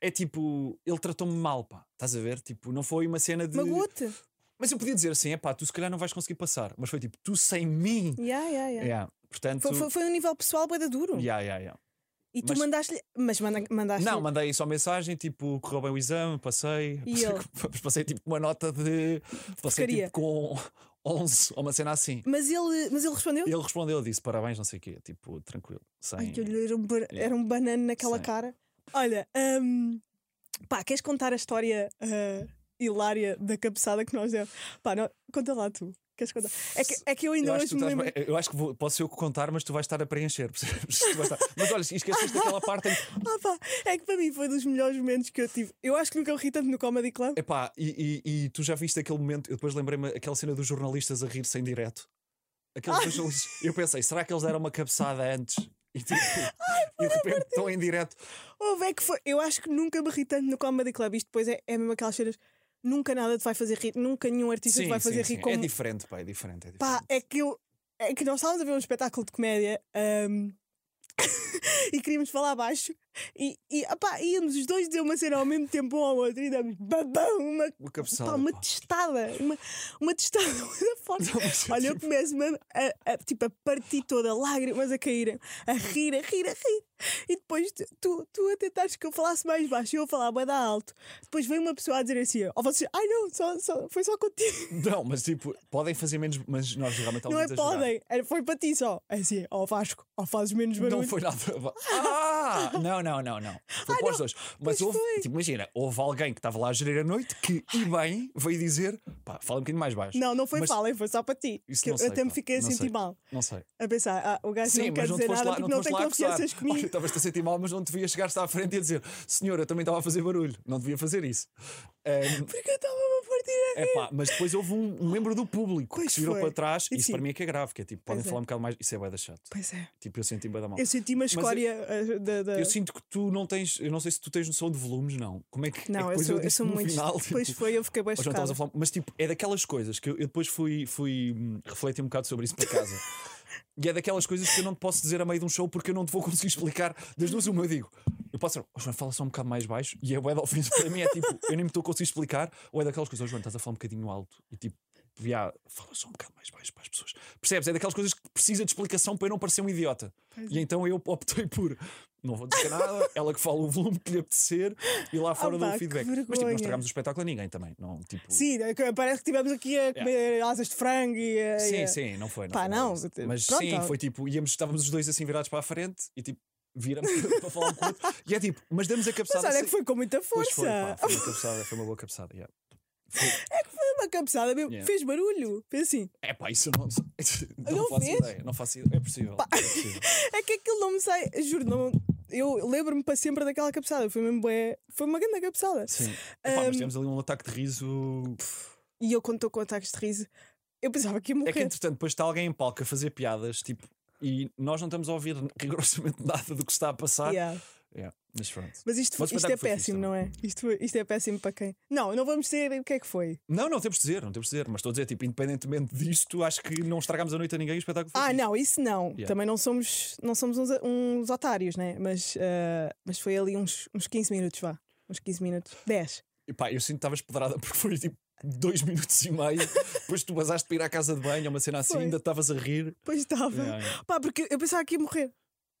S4: É tipo, ele tratou-me mal, pá. Estás a ver? Tipo, não foi uma cena de.
S3: Magote.
S4: Mas eu podia dizer assim: é pá, tu se calhar não vais conseguir passar. Mas foi tipo, tu sem mim.
S3: Yeah, yeah, yeah.
S4: Yeah. Portanto.
S3: Foi, foi, foi um nível pessoal bué da duro.
S4: yeah, yeah, yeah.
S3: E tu
S4: mas-
S3: mandaste-lhe. Mas manda- mandaste
S4: Não, mandei só mensagem, tipo, correu bem o exame, passei.
S3: E
S4: Passei,
S3: ele?
S4: com- [LAUGHS] passei, tipo uma nota de. Passei
S3: Porcaria.
S4: tipo com 11 ou uma cena assim.
S3: mas ele, mas ele respondeu?
S4: Ele respondeu, disse parabéns, não sei o quê. Tipo, tranquilo. Sem...
S3: Ai, que olho, era um,
S4: é.
S3: ba- era um banano naquela
S4: Sim.
S3: cara. Olha, hum, pá, queres contar a história ah, hilária da cabeçada que nós demos? Pá, não- conta lá tu. Queres contar? É que, é que eu ainda
S4: Eu acho, que tu
S3: hoje me
S4: estás
S3: lembro.
S4: bem- eu acho que vou- posso eu contar, mas tu vais estar a preencher. [LAUGHS] percebes? Tu vais estar- Mas olha, esqueceste daquela parte em que.
S3: Ah, pá, é que para mim foi dos melhores momentos que eu tive. Eu acho que nunca eu ri tanto no Comedy Club.
S4: Epá, e, e- e tu já viste aquele momento. Eu depois lembrei-me aquela cena dos jornalistas a rir sem direto. Aqueles dois jornalistas. Eu pensei, será que eles deram uma cabeçada antes? E, tipo, e de repente estão em direto.
S3: Houve é que foi. Eu acho que nunca me ri tanto no Comedy Club. Isto depois é, é mesmo aquelas cheiras. Nunca nada te vai fazer rir. Nunca nenhum artista te vai fazer rir
S4: É
S3: como.
S4: diferente, pá, é diferente. É diferente.
S3: Pá, é que eu. É que nós estávamos a ver um espetáculo de comédia ahm, [LAUGHS] e queríamos falar baixo e, e opá, íamos os dois dizer uma cena ao mesmo tempo um ao outro e damos babão, uma,
S4: uma
S3: pá,
S4: cabeçada.
S3: uma
S4: pá.
S3: testada, uma, uma testada [LAUGHS] muito forte.
S4: Não, mas é
S3: Olha, eu
S4: tipo-
S3: começo-me a, a- a- tipo, a partir toda, lágrimas a caírem, a rir, a rir, a rir. E depois tu- tu, tu a tentares que eu falasse mais baixo e eu a falar bué da alto. Depois vem uma pessoa a dizer assim: Ou vocês, ai não, só, só, foi só contigo.
S4: [LAUGHS] Não, mas tipo, podem fazer menos, mas nós realmente
S3: Não é
S4: estávamos a exagerar.
S3: podem, era, foi para ti só. É Assim, ó Vasco, ó fazes menos barulho.
S4: Não foi nada. [LAUGHS] Ah! Não, não, não, não. Foi para os dois. Mas
S3: Ah, Pois
S4: houve,
S3: foi.
S4: tipo, imagina, houve alguém que estava lá a gerir a noite que, e bem, veio dizer: pá, fala um bocadinho mais baixo.
S3: Não, não foi
S4: Mas-
S3: falem, foi só para ti.
S4: Isso
S3: que eu
S4: não sei,
S3: até me
S4: pá,
S3: fiquei a
S4: não
S3: sentir
S4: sei.
S3: mal.
S4: Não sei.
S3: A pensar, ah, o gajo
S4: Sim,
S3: não quer
S4: mas não te
S3: dizer
S4: foste
S3: nada
S4: lá,
S3: porque
S4: não,
S3: não
S4: te
S3: tem
S4: foste lá
S3: confianças
S4: comigo. Olha,
S3: comigo.
S4: estavas-te a sentir mal, mas não devias chegar-te à frente e dizer: senhor, eu também estava a fazer barulho. Não devia fazer isso. Ahm,
S3: Porque eu estava-me a partir a rir.
S4: Epá, mas depois houve um, um membro do público
S3: É. Pois
S4: que se virou
S3: foi.
S4: para trás.
S3: E
S4: Isso
S3: sim.
S4: para mim é que é grave, que é tipo, podem
S3: Pois é.
S4: falar um bocado mais. Isso é bué da chato.
S3: Pois é.
S4: Tipo, eu senti bué da mal.
S3: Eu senti uma
S4: eu-
S3: escória ah, da. da-
S4: Eu sinto que tu não tens, eu não sei se tu tens noção de volumes, não. Como é que é que
S3: Não, eu
S4: depois
S3: sou, eu
S4: disse
S3: sou
S4: no
S3: muito.
S4: Final,
S3: [LAUGHS] Pois
S4: tipo,
S3: foi, eu fiquei bem
S4: "Hoje não estavas
S3: chocada.
S4: a falar", mas tipo, é daquelas coisas que eu, eu depois fui, fui hum, refletir um bocado sobre isso para
S3: [LAUGHS]
S4: casa. e é daquelas coisas que eu não te posso dizer a meio de um show porque eu não te vou conseguir explicar. Das duas, uma eu digo, eu posso dizer, "Oh, João, fala só um bocado mais baixo. E a bué da ofensa para mim é tipo, eu nem me estou a conseguir explicar. Ou é daquelas coisas, "Oh, João, estás a falar um bocadinho alto. E tipo, "Ya, fala só um bocado mais baixo para as pessoas. Percebes? É daquelas coisas que precisa de explicação para eu não parecer um idiota. E
S3: é.
S4: então eu optei por não vou dizer nada, ela que fala o volume que lhe apetecer e
S3: [LAUGHS]
S4: lá fora dou
S3: pá,
S4: o
S3: Ah, que
S4: feedback. Mas tipo, não
S3: vergonha.
S4: estragámos o espetáculo a ninguém também. Não, tipo,
S3: Sim, é que parece que estivemos aqui a comer asas de frango e. a-
S4: sim,
S3: e eh, a-
S4: sim, não foi. Não
S3: é, Pá,
S4: foi nada
S3: não,
S4: disso.
S3: te-
S4: Mas
S3: pronto,
S4: sim,
S3: ó.
S4: foi tipo, íamos, estávamos os dois assim virados para a frente e tipo, viramos [LAUGHS] para falar um com o outro. E é tipo, mas demos a
S3: Mas
S4: cabeçada.
S3: olha
S4: sem-
S3: que foi com muita
S4: assim Pois
S3: força.
S4: foi, pá, foi uma cabeçada, foi uma boa cabeçada. yeah.
S3: Uma cabeçada mesmo.
S4: Yeah.
S3: Fez barulho. Fez assim.
S4: É pá, isso eu não, [LAUGHS] não,
S3: Não
S4: faço
S3: fez?
S4: ideia. Não faço ideia. É possível. É possível.
S3: É que aquilo não me sai. Juro, não. Eu lembro-me para sempre daquela cabeçada. Foi mesmo bué. Foi uma grande cabeçada.
S4: Sim. Epá, mas
S3: Ahm,
S4: temos ali um ataque de riso.
S3: E eu quando estou com ataques de riso, eu pensava que ia morrer.
S4: É que entretanto, depois está alguém em palco a fazer piadas, tipo, e nós não estamos a ouvir [LAUGHS] rigorosamente nada do que está a passar.
S3: Yeah.
S4: Yeah, mas pronto.
S3: Mas isto,
S4: Mas o
S3: isto é
S4: espetáculo foi fixe
S3: péssimo, não é? Isto, isto é péssimo para quem? Não, não vamos dizer o que é que foi.
S4: Não, não temos de dizer, não temos de dizer, mas estou a dizer, tipo, independentemente disto, acho que não estragámos a noite a ninguém e o espetáculo foi
S3: Ah,
S4: fixe.
S3: não, isso não.
S4: Yeah.
S3: Também não somos, não somos uns, uns otários, né? Mas, ah, mas foi ali uns, uns 15 minutos, vá. Uns 15 minutos. 10.
S4: E pá, eu sinto que estavas pedrada [LAUGHS] porque foi tipo dois minutos e meio, depois tu vazaste para ir à casa de banho, uma cena assim,
S3: Foi.
S4: ainda estavas a rir.
S3: Pois estava.
S4: Yeah, yeah.
S3: Pá, porque eu pensava que ia morrer.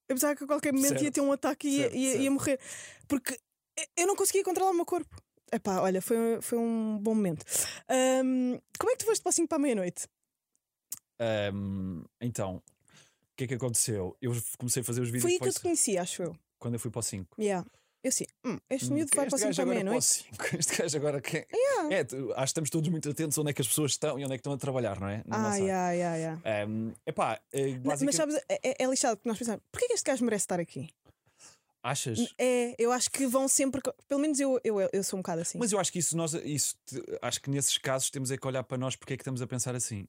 S3: Eu pensava que a qualquer momento ia
S4: Certo.
S3: ter um ataque e ia,
S4: Certo,
S3: ia- ia
S4: certo.
S3: morrer. Porque eu- eu não conseguia controlar o meu corpo. Epá, olha, foi, foi um bom momento. Ahm, como é que tu foste para assim para a meia-noite?
S4: Ahm, então, o que é que aconteceu? Eu comecei a fazer os vídeos
S3: Foi aí que eu
S4: depois,
S3: te conheci, acho eu.
S4: quando eu fui para o 5.
S3: Yeah. Eu assim, hum, este miúdo vai para
S4: este
S3: assim
S4: gajo
S3: para a
S4: agora para o
S3: meia-noite.
S4: 5. [LAUGHS] Este gajo agora quem? É, tu- acho que estamos todos muito atentos onde é que as pessoas estão e onde é que estão a trabalhar, não é? Na nossa-
S3: Ai, ai, ai, ai.
S4: Ahm, epá, eh,
S3: Na-
S4: basicamente-
S3: Ah, Mas sabes, é, é- é lixado porque nós pensamos, porquê que este gajo merece estar aqui?
S4: achas?
S3: É, eu acho que vão sempre. co- Pelo menos eu, eu, eu sou um bocado assim.
S4: Mas eu acho que isso nós isso te- acho que nesses casos temos é que olhar para nós porque é que estamos a pensar assim.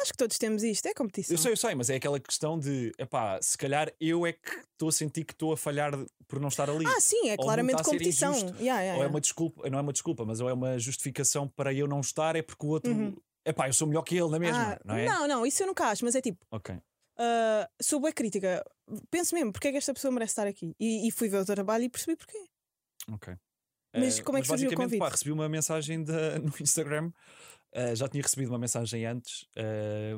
S3: Acho que todos temos isto, é competição.
S4: Eu sei, eu sei, mas é aquela questão de, epá, se calhar eu é que estou a sentir que estou a falhar por não estar ali.
S3: Ah, sim, é
S4: Ou
S3: claramente
S4: não está a ser
S3: competição.
S4: injusto.
S3: Yeah, yeah,
S4: Ou é
S3: yeah.
S4: uma desculpa, não é uma desculpa, mas ou é uma justificação para eu não estar, é porque o outro,
S3: Uhum.
S4: epá, eu sou melhor que ele, não é mesmo?
S3: Ah,
S4: não é?
S3: não, não, isso eu nunca acho, mas é tipo,
S4: Ok.
S3: ah, sou boa crítica. Penso mesmo, porque é que esta pessoa merece estar aqui? E, e fui ver o teu trabalho e percebi porquê.
S4: Ok.
S3: Mas
S4: Eh,
S3: como é que surgiu o
S4: basicamente, Pá,
S3: convite?
S4: recebi uma mensagem da- [LAUGHS] no Instagram. eh, já tinha recebido uma mensagem antes eh,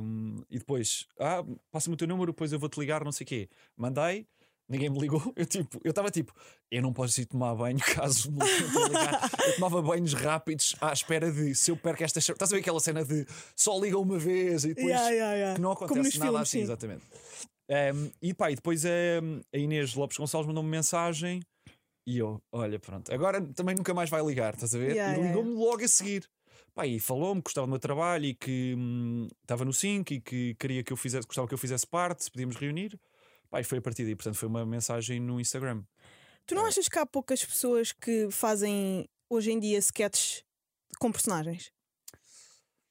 S4: e depois, ah, passa-me o teu número, depois eu vou-te ligar, não sei o quê. Mandei, ninguém me ligou. [LAUGHS] Eu tipo, eu estava tipo, eu não posso ir tomar banho [LAUGHS] caso me liguem para ligar. Eu tomava banhos rápidos à espera de se eu perco esta. cham- Estás a ver aquela cena de só ligam uma vez e depois
S3: Yeah, yeah, yeah.
S4: que não
S3: Como
S4: acontece
S3: nos
S4: nada
S3: filmes,
S4: assim,
S3: sim.
S4: exatamente. Um, e pá, e depois um, a Inês Lopes Gonçalves mandou-me mensagem e eu, olha, pronto, agora também nunca mais vai ligar, estás a ver?
S3: Yeah,
S4: e
S3: yeah,
S4: ligou-me logo a seguir. Pá, e falou-me que gostava do meu trabalho e que hum, estava no 5 e que queria que eu fizesse, gostava que eu fizesse parte, se podíamos reunir. Pá, e foi a partir daí, portanto, foi uma mensagem no Instagram.
S3: Tu não achas que há poucas pessoas que fazem hoje em dia sketches com personagens?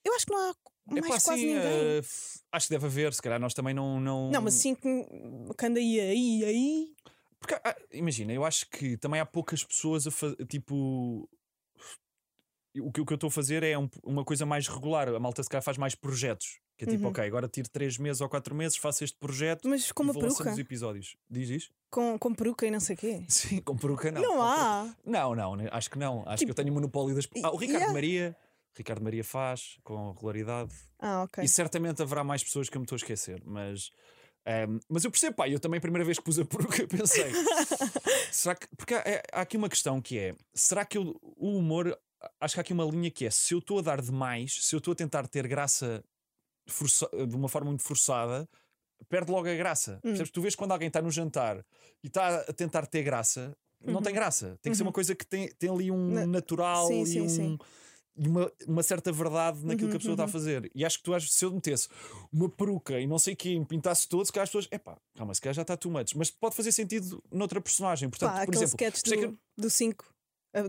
S3: Eu acho que não há mais
S4: Epá,
S3: quase
S4: É sim,
S3: ninguém.
S4: eh, um f- acho que deve haver, se calhar nós também não. Não,
S3: Não, mas assim que, que anda aí, aí, aí.
S4: Porque, ah, imagina, eu acho que também há poucas pessoas a fazer. Tipo. O que, o que eu estou a fazer é um- uma coisa mais regular. A malta se calhar faz mais projetos. Que é tipo,
S3: Uhum.
S4: ok, agora tiro 3 meses ou 4 meses, faço este projeto
S3: Mas com
S4: e
S3: uma
S4: vou lançando
S3: peruca.
S4: os episódios. Diz [LAUGHS] isto?
S3: Com, com peruca e não sei o quê.
S4: Sim, com peruca não.
S3: Não,
S4: com peruca.
S3: há. Tipo,
S4: Não, não, né? acho que não. Acho que eu tenho o monopólio das.
S3: e- é?
S4: Ah, o Ricardo
S3: yeah.
S4: Maria. Ricardo Maria faz com regularidade.
S3: Ah, ok.
S4: E certamente haverá mais pessoas que eu me estou a esquecer, mas. ehm, mas eu percebo, pá, eu também a primeira vez que pus a peruca [LAUGHS] eu pensei. será que. Porque há, é- há aqui uma questão que é: será que eu- o humor. Acho que há aqui uma linha que é: se eu estou a dar demais, se eu estou a tentar ter graça força- de uma forma muito forçada, perde logo a graça.
S3: Hum.
S4: Percebes? Tu vês quando alguém está no jantar e está a tentar ter graça, não tem graça. Tem que ser uma coisa que tem, tem ali um
S3: Uhum. Na-
S4: natural
S3: Sim,
S4: e
S3: sim,
S4: um
S3: sim.
S4: e uma, uma certa verdade naquilo que a
S3: Uhum,
S4: pessoa está a
S3: uhum.
S4: fazer. E acho que tu, achas- se eu metesse uma peruca e não sei o quê, e me pintasse todo, se calhar as pessoas, epá, calma, se calhar já está too much. Mas pode fazer sentido noutra personagem. Portanto,
S3: Pá,
S4: por
S3: aquele
S4: exemplo,
S3: sketch
S4: por isso é que eu-
S3: do- do 5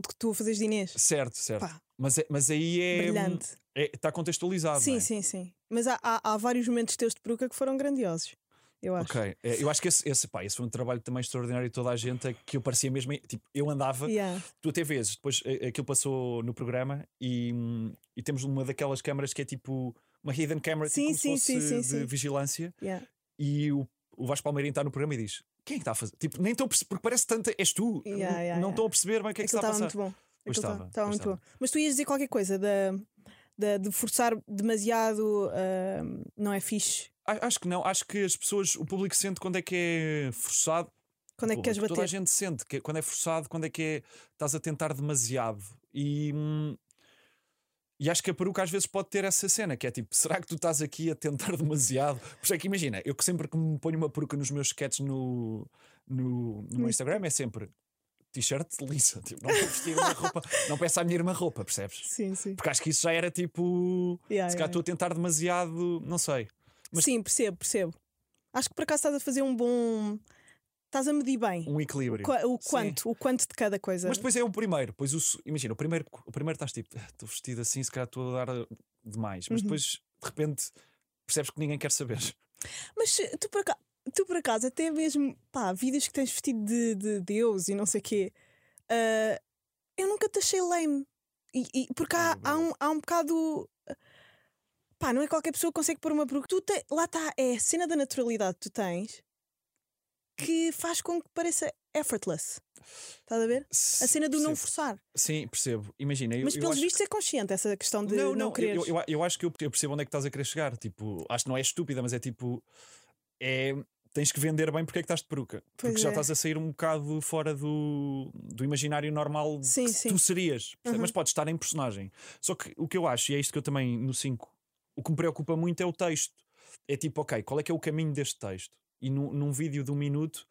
S3: que tu a fazes de Inês.
S4: certo, certo.
S3: Pá,
S4: Mas, é- mas aí é.
S3: brilhante.
S4: é- Está contextualizado. não
S3: sim,
S4: é?
S3: sim, sim. Mas há, há, há vários momentos teus de peruca que foram grandiosos. Eu acho.
S4: Ok, É, eu acho que esse, esse, pá, esse foi um trabalho também extraordinário de toda a gente. é Que eu parecia mesmo. Tipo, eu andava,
S3: [LAUGHS] Yeah.
S4: tu até vezes, depois eh, aquilo passou no programa e, hum, e temos uma daquelas câmaras que é tipo uma hidden camera
S3: Sim,
S4: tipo, como
S3: sim,
S4: se
S3: sim,
S4: fosse
S3: sim,
S4: de
S3: sim.
S4: vigilância.
S3: Yeah.
S4: e o, o Vasco Palmeirinho está no programa e diz: Quem é que está a fazer? Tipo, nem estou a perceber, porque parece tanto, és tu.
S3: Yeah, yeah,
S4: N- não
S3: yeah.
S4: estou a perceber bem o que é que está
S3: Aquilo
S4: a
S3: estava
S4: passar.
S3: muito bom.
S4: Pois
S3: Aquilo
S4: estava,
S3: estava- estava
S4: pois
S3: muito bom. Mas tu ias dizer qualquer coisa da- da- de, forçar demasiado ah, não é fixe.
S4: A- Acho que não, acho que as pessoas, o público sente quando é que é forçado.
S3: Quando é
S4: O
S3: que queres
S4: público, Toda a
S3: bater?
S4: gente sente que, quando é forçado, quando é que é, estás a tentar demasiado. E, hum, e acho que a peruca às vezes pode ter essa cena que é tipo: será que tu estás aqui a tentar [LAUGHS] demasiado? Por isso é que imagina, eu que sempre que me ponho uma peruca nos meus sketches no, no, no
S3: Hum.
S4: meu Instagram é sempre t-shirt lisa, [LAUGHS] tipo, não vou vestir uma roupa, não peço à minha irmã roupa, percebes?
S3: Sim, sim.
S4: Porque acho que isso já era tipo.
S3: Yeah,
S4: se calhar
S3: yeah,
S4: estou a tentar demasiado, não sei. mas-
S3: Sim, percebo, percebo. Acho que por acaso estás a fazer um bom. Estás a medir bem
S4: Um equilíbrio.
S3: qua- o
S4: Sim.
S3: quanto, o quanto de cada coisa.
S4: Mas depois é o primeiro, pois o, se- imagina, o primeiro, o primeiro estás tipo, "Ah, estou vestido assim, se calhar estou a dar ah, demais, mas
S3: Uhum.
S4: depois de repente percebes que ninguém quer saber.
S3: Mas se- tu por, acaso, tu por acaso, até mesmo, pá, vídeos que tens vestido de, de Deus e não sei o quê, ah, eu nunca te achei lame. E, e- porque
S4: Ah, é
S3: há, há,
S4: verdade.
S3: um, há um bocado. Pá, não é qualquer pessoa que consegue pôr uma peruca. Tu te- lá está, é a cena da naturalidade que tu tens que faz com que pareça effortless. Estás a ver? A cena do não
S4: Percebo.
S3: forçar.
S4: Sim, percebo. Imagina, eu,
S3: Mas
S4: eu
S3: pelos
S4: acho
S3: vistos é consciente essa questão de não,
S4: eu-
S3: querer.
S4: Eu, eu, eu acho que eu eu percebo onde é que estás a querer chegar. Tipo, acho que não é estúpida, mas é tipo. É, tens que vender bem porque é que estás de peruca.
S3: Pois
S4: porque já
S3: é.
S4: estás a sair um bocado fora do, do imaginário normal de
S3: Sim,
S4: que
S3: sim.
S4: tu serias. percebe?
S3: Uhum.
S4: Mas podes estar em personagem. Só que o que eu acho, e é isto que eu também no 5, o que me preocupa muito é o texto. É tipo, ok, qual é que é o caminho deste texto? E num, num vídeo de um minuto.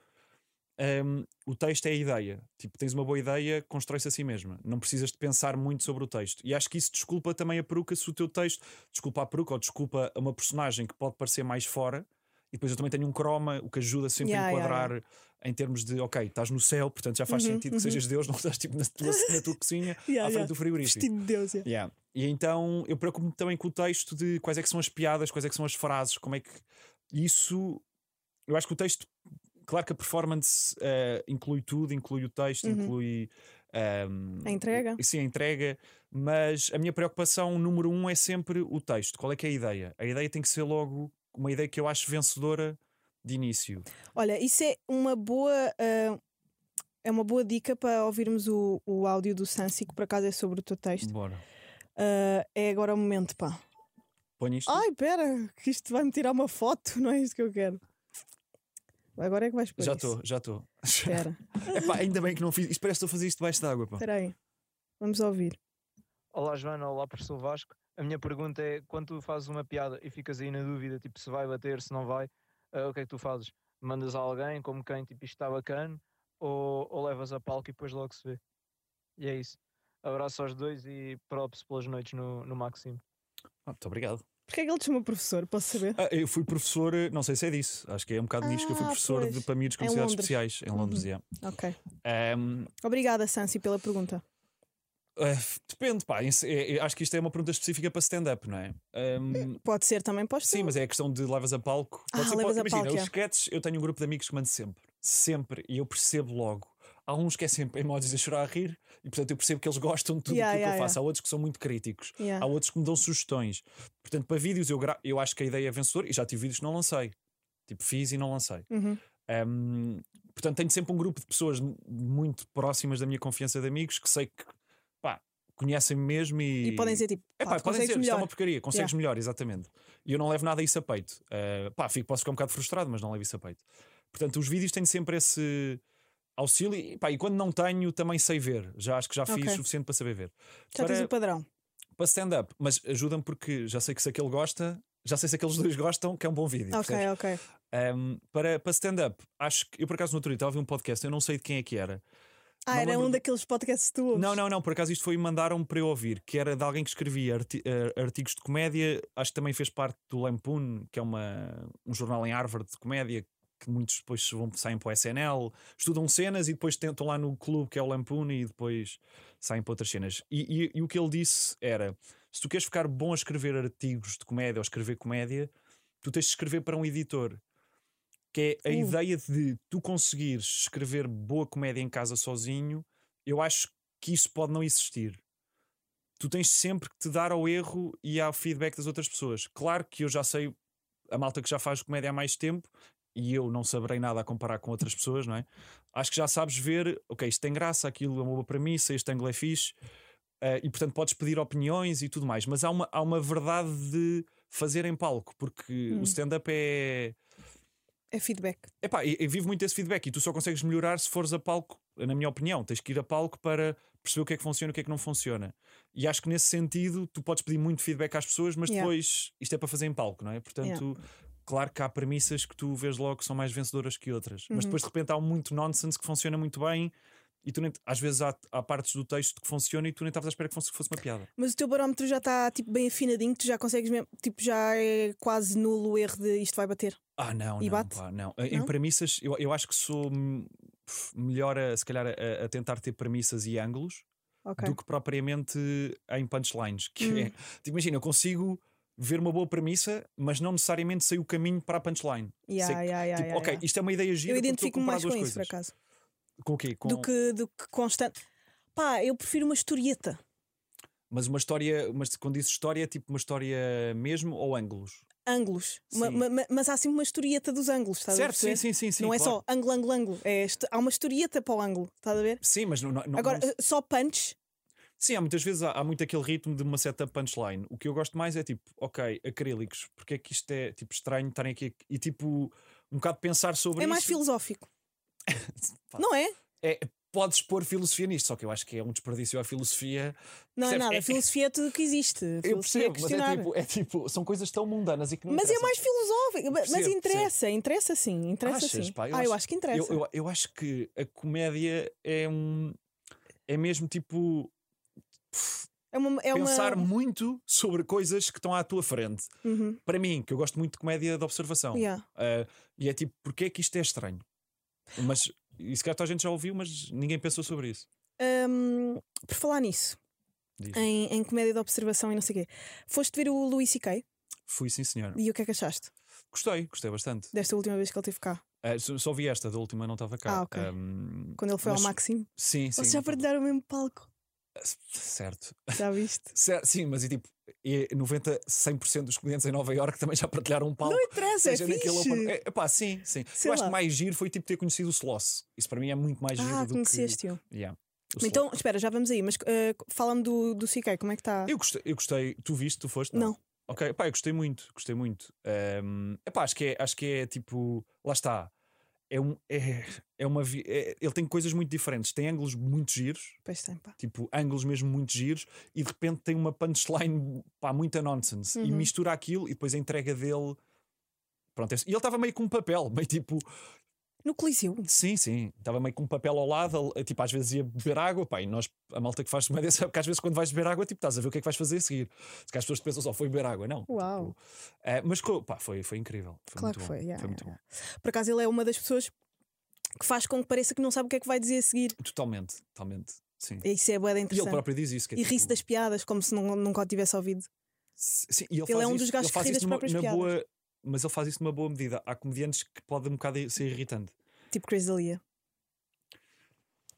S4: hum, o texto é a ideia. Tipo, tens uma boa ideia, constrói-se a si mesma. Não precisas de pensar muito sobre o texto. E acho que isso desculpa também a peruca se o teu texto desculpa a peruca ou desculpa a uma personagem que pode parecer mais fora E depois eu também tenho um croma, o que ajuda sempre a
S3: Yeah, yeah,
S4: enquadrar em termos de, ok, estás no céu, portanto já faz
S3: Uhum,
S4: sentido que sejas Deus, [LAUGHS] não estás tipo na tua, na tua cozinha
S3: [LAUGHS] Yeah,
S4: à frente
S3: yeah.
S4: do frigorífico.
S3: Vestido de Deus. é.
S4: Yeah. E então eu preocupo-me também com o texto de quais é que são as piadas, quais é que são as frases, como é que isso. Eu acho que o texto, claro que a performance eh, inclui tudo, inclui o texto,
S3: Uhum.
S4: inclui ehm,
S3: A entrega.
S4: o- Sim, a entrega, mas a minha preocupação número um é sempre o texto. Qual é que é a ideia? A ideia tem que ser logo uma ideia que eu acho vencedora de início.
S3: Olha, isso é uma boa. ah, é uma boa dica para ouvirmos o, o áudio do Sansi, que por acaso é sobre o teu texto.
S4: Bora.
S3: Ah, é agora o momento, pá.
S4: Põe isto.
S3: Ai, pera, que isto vai-me tirar uma foto, [LAUGHS] não é isto que eu quero. Agora é que vais pôr
S4: já
S3: isso.
S4: estou, já estou.
S3: Espera,
S4: [LAUGHS] Epá, ainda bem que não fiz. Isto parece que estou a fazer isto debaixo d'água. pá.
S3: espera aí. Vamos ouvir.
S5: Olá Joana, olá professor Vasco. A minha pergunta é: quando tu fazes uma piada e ficas aí na dúvida, tipo se vai bater, se não vai, ah, o que é que tu fazes? Mandas a alguém, como quem, tipo isto está bacana, ou, ou levas a palco e depois logo se vê? E é isso. Abraço aos dois e props pelas noites no, no Maximo.
S4: Ah, muito obrigado.
S3: Porquê é que ele te chama professor? Posso
S4: [LAUGHS]
S3: saber?
S4: Ah, eu fui professor, eh, não sei se é disso, acho que é um bocado nisso que eu fui
S3: Ah,
S4: professor de,
S3: pois.
S4: para miúdos com
S3: Em
S4: necessidades
S3: Londres.
S4: especiais em Londres.
S3: Uhum.
S4: yeah.
S3: Ok.
S4: Ahm,
S3: Obrigada, Sansi, pela pergunta.
S4: ah, f- depende, pá. em se- é- é- acho que isto é uma pergunta específica para stand-up, não é? Ahm,
S3: Pode ser também, pode ser.
S4: sim, mas é a questão de levas a palco.
S3: Eh, Ah,
S4: ser,
S3: levas a
S4: imagina,
S3: palco,
S4: os
S3: é.
S4: sketches, eu tenho um grupo de amigos que mando sempre, sempre, e eu percebo logo. Há uns que é sempre emojis a chorar a rir, e portanto eu percebo que eles gostam de tudo
S3: Yeah,
S4: aquilo que
S3: yeah, Ah.
S4: eu faço. Há outros que são muito críticos.
S3: Yeah.
S4: Há outros que me dão sugestões. Portanto, para vídeos eu, gra- eu acho que a ideia é vencedora e já tive vídeos que não lancei. Tipo, fiz e não lancei.
S3: Uhum.
S4: Um, portanto, tenho sempre um grupo de pessoas mu- muito próximas da minha confiança de amigos que sei que pá, conhecem-me mesmo e.
S3: E podem dizer tipo,
S4: É
S3: pá,
S4: pá,
S3: tu
S4: podem
S3: consegues
S4: dizer, isto é
S3: melhor.
S4: uma porcaria, consegues melhor, exatamente. E eu não levo nada isso a peito. Uh, pá, fico, posso ficar um bocado frustrado, mas não levo isso a peito. Portanto, os vídeos têm sempre esse auxílio e, pá, e quando não tenho, também sei ver. Já acho que já fiz
S3: Ok.
S4: o suficiente para saber ver.
S3: Já
S4: Para-
S3: tens o padrão.
S4: para stand-up, mas ajuda-me porque já sei que se aquele gosta, já sei se aqueles dois [LAUGHS] gostam, que é um bom vídeo.
S3: Ok,
S4: percebes?
S3: ok.
S4: Um, para para stand-up, acho que eu por acaso no outro dia estava a ouvir um podcast, eu não sei de quem é que era.
S3: Ah,
S4: Não
S3: era
S4: lembro-
S3: um daqueles podcasts que tu ouves.
S4: Não, não, não, por acaso isto foi mandaram-me para eu ouvir, que era de alguém que escrevia arti- eh, artigos de comédia, acho que também fez parte do Lampoon, que é uma, um jornal em Harvard de comédia. Que muitos depois se vão, saem para o SNL, estudam cenas e depois tentam lá no clube que é o Lampoon e depois saem para outras cenas. E, e- e o que ele disse era: se tu queres ficar bom a escrever artigos de comédia ou escrever comédia, tu tens de escrever para um editor. Que é a
S3: Uh.
S4: ideia de tu conseguires escrever boa comédia em casa sozinho, eu acho que isso pode não existir. Tu tens sempre que te dar ao erro e ao feedback das outras pessoas. Claro que eu já sei a malta que já faz comédia há mais tempo e eu não saberei nada a comparar com outras pessoas, não é? Acho que já sabes ver, ok, isto tem graça, aquilo é uma boa premissa, este ângulo é fixe eh, e portanto podes pedir opiniões e tudo mais, mas há uma, há uma verdade de fazer em palco, porque
S3: Hum.
S4: o stand-up é.
S3: É feedback.
S4: Epá, eu, eu vivo muito esse feedback e tu só consegues melhorar se fores a palco, na minha opinião. Tens que ir a palco para perceber o que é que funciona e o que é que não funciona. E acho que nesse sentido tu podes pedir muito feedback às pessoas, mas
S3: Yeah.
S4: depois isto é para fazer em palco, não é? Portanto, claro que há premissas que tu vês logo que são mais vencedoras que outras, mas
S3: Uhum.
S4: depois de repente há um muito nonsense que funciona muito bem. E tu nem, às vezes há, há partes do texto que funciona e tu nem estavas à espera que fosse, que fosse uma piada.
S3: Mas o teu barómetro já está tipo, bem afinadinho, tu já consegues mesmo, tipo, já é quase nulo o erro de isto vai bater.
S4: Ah, não,
S3: E
S4: não,
S3: bate?
S4: pá, não. Em
S3: Não?
S4: premissas, eu, eu acho que sou hum, pff, melhor a, se calhar a, a tentar ter premissas e ângulos
S3: Ok. Hum.
S4: do que propriamente em punchlines. Que é, tipo, imagina, eu consigo ver uma boa premissa, mas não necessariamente sei o caminho para a punchline.
S3: Yeah,
S4: sei que-
S3: yeah, yeah,
S4: tipo,
S3: yeah,
S4: ok,
S3: yeah.
S4: isto é uma ideia gira.
S3: Eu
S4: porque estou
S3: identifico-me
S4: a
S3: mais com
S4: comparar duas
S3: isso, por
S4: coisas.
S3: acaso.
S4: Com o quê? Com...
S3: Do, que, do que constante. Pá, eu prefiro uma historieta.
S4: Mas uma história, mas quando dizes história, é tipo uma história mesmo ou ângulos?
S3: Ângulos. Uma-
S4: Sim.
S3: uma- uma- mas há sempre uma historieta dos ângulos, estás a
S4: certo, sim,
S3: perceber?
S4: sim, sim, sim.
S3: não
S4: claro.
S3: é só ângulo, ângulo, ângulo. É este- há uma historieta para o ângulo, estás a ver?
S4: Sim, mas não, não, não-
S3: Agora,
S4: não-
S3: eh, só punch.
S4: Sim, há muitas vezes há, há muito aquele ritmo de uma setup punchline. O que eu gosto mais é tipo, ok, acrílicos, porque é que isto é tipo estranho estarem aqui e tipo um bocado pensar sobre
S3: É
S4: isso.
S3: mais filosófico,
S4: [LAUGHS] Pá,
S3: não é?
S4: Podes pôr filosofia nisto, só que eu acho que é um desperdício à filosofia.
S3: Não é
S4: Percebes?
S3: nada.
S4: É-
S3: filosofia é tudo que existe. Filosofia
S4: Eu percebo,
S3: é
S4: mas é
S3: questionar.
S4: tipo, é tipo, são coisas tão mundanas e que não
S3: Mas é
S4: interessam.
S3: mais filosófico. Mas- mas
S4: Percebo,
S3: interessa, interessa sim, interessa
S4: Achas,
S3: sim.
S4: pá? Eu
S3: ah,
S4: acho-
S3: eu acho que interessa.
S4: Eu, eu, eu acho que a comédia é um. É mesmo tipo. pff,
S3: É uma. É
S4: Pensar
S3: uma...
S4: muito sobre coisas que estão à tua frente.
S3: Uhum.
S4: Para mim, que eu gosto muito de comédia de observação.
S3: Yeah.
S4: Ah, e é tipo, porque é que isto é estranho? Mas isso que a gente já ouviu, mas ninguém pensou sobre isso.
S3: Um, por falar nisso,
S4: Diz.
S3: em, em comédia de observação e não sei o quê, foste ver o Louis C.K.
S4: Fui sim, senhor.
S3: e o que é que achaste
S4: Gostei, gostei bastante.
S3: desta última vez que ele esteve cá?
S4: Ah, só, só vi esta, da última não estava cá.
S3: Ah, ok.
S4: Ahm,
S3: Quando ele foi
S4: Mas-
S3: ao Maximo?
S4: sim, sim.
S2: Vocês já
S4: não estava-
S2: partilharam o mesmo palco.
S4: Certo. [LAUGHS]
S3: Já viste?
S4: Cer- Sim, mas e tipo, e 90, 100% dos clientes em Nova Iorque [LAUGHS] também já partilharam um palco.
S3: não interessa, é
S4: seja naquele
S3: fixe.
S4: open- É, pá, sim, sim.
S3: Sei
S4: eu acho
S3: lá.
S4: que mais giro foi tipo ter conhecido o Sloss. Isso para mim é muito mais giro
S3: Ah,
S4: do que.
S3: conheceste-o.
S4: Yeah, o Sloss.
S3: Então, espera, já vamos aí, mas eh, fala-me do, do CK, como é que está?
S4: Eu gostei, eu gostei. Tu viste, tu foste?
S3: Não.
S4: Ok, pá, eu gostei muito, gostei muito. Ahm, epá, acho que é, acho que é tipo, lá está. É um, é, é uma, vi- é- ele tem coisas muito diferentes, tem ângulos muito giros,
S3: Pois tem, pá.
S4: tipo ângulos mesmo muito giros e de repente tem uma punchline pá, muita nonsense e
S3: Uhum.
S4: mistura aquilo e depois a entrega dele pronto, é- e ele estava meio com um papel [LAUGHS] meio tipo,
S3: No Coliseu.
S4: sim, sim estava meio com um papel ao lado, ele, tipo às vezes ia beber água, pá, e nós, a malta que [LAUGHS] faz comédia sabe que às vezes quando vais beber água, tipo estás a ver o que é que vais fazer a seguir, se calhar as pessoas pensam só foi beber água, não,
S3: Uau.
S4: Tipo, eh, mas co- pá, foi, foi incrível, foi
S3: Claro
S4: muito
S3: que
S4: bom,
S3: foi, yeah,
S4: muito
S3: yeah, Por acaso ele é uma das pessoas que faz com que pareça que não sabe o que é que vai dizer a seguir.
S4: bom totalmente, totalmente, sim
S3: E Isso é boeda
S4: e ele
S3: interessante.
S4: próprio diz isso que é
S3: E ri-se
S4: tipo-
S3: das piadas, como se nun- nunca o tivesse ouvido.
S4: Sim, e ele,
S3: Ele é
S4: faz
S3: um dos
S4: isso-
S3: gajos
S4: ele
S3: que
S4: faz
S3: ri
S4: isso
S3: das
S4: numa-
S3: próprias
S4: na
S3: piadas.
S4: boa- Mas ele faz isso numa boa medida. Há comediantes que pode um bocado ser irritante.
S3: Tipo Chris D'Elia.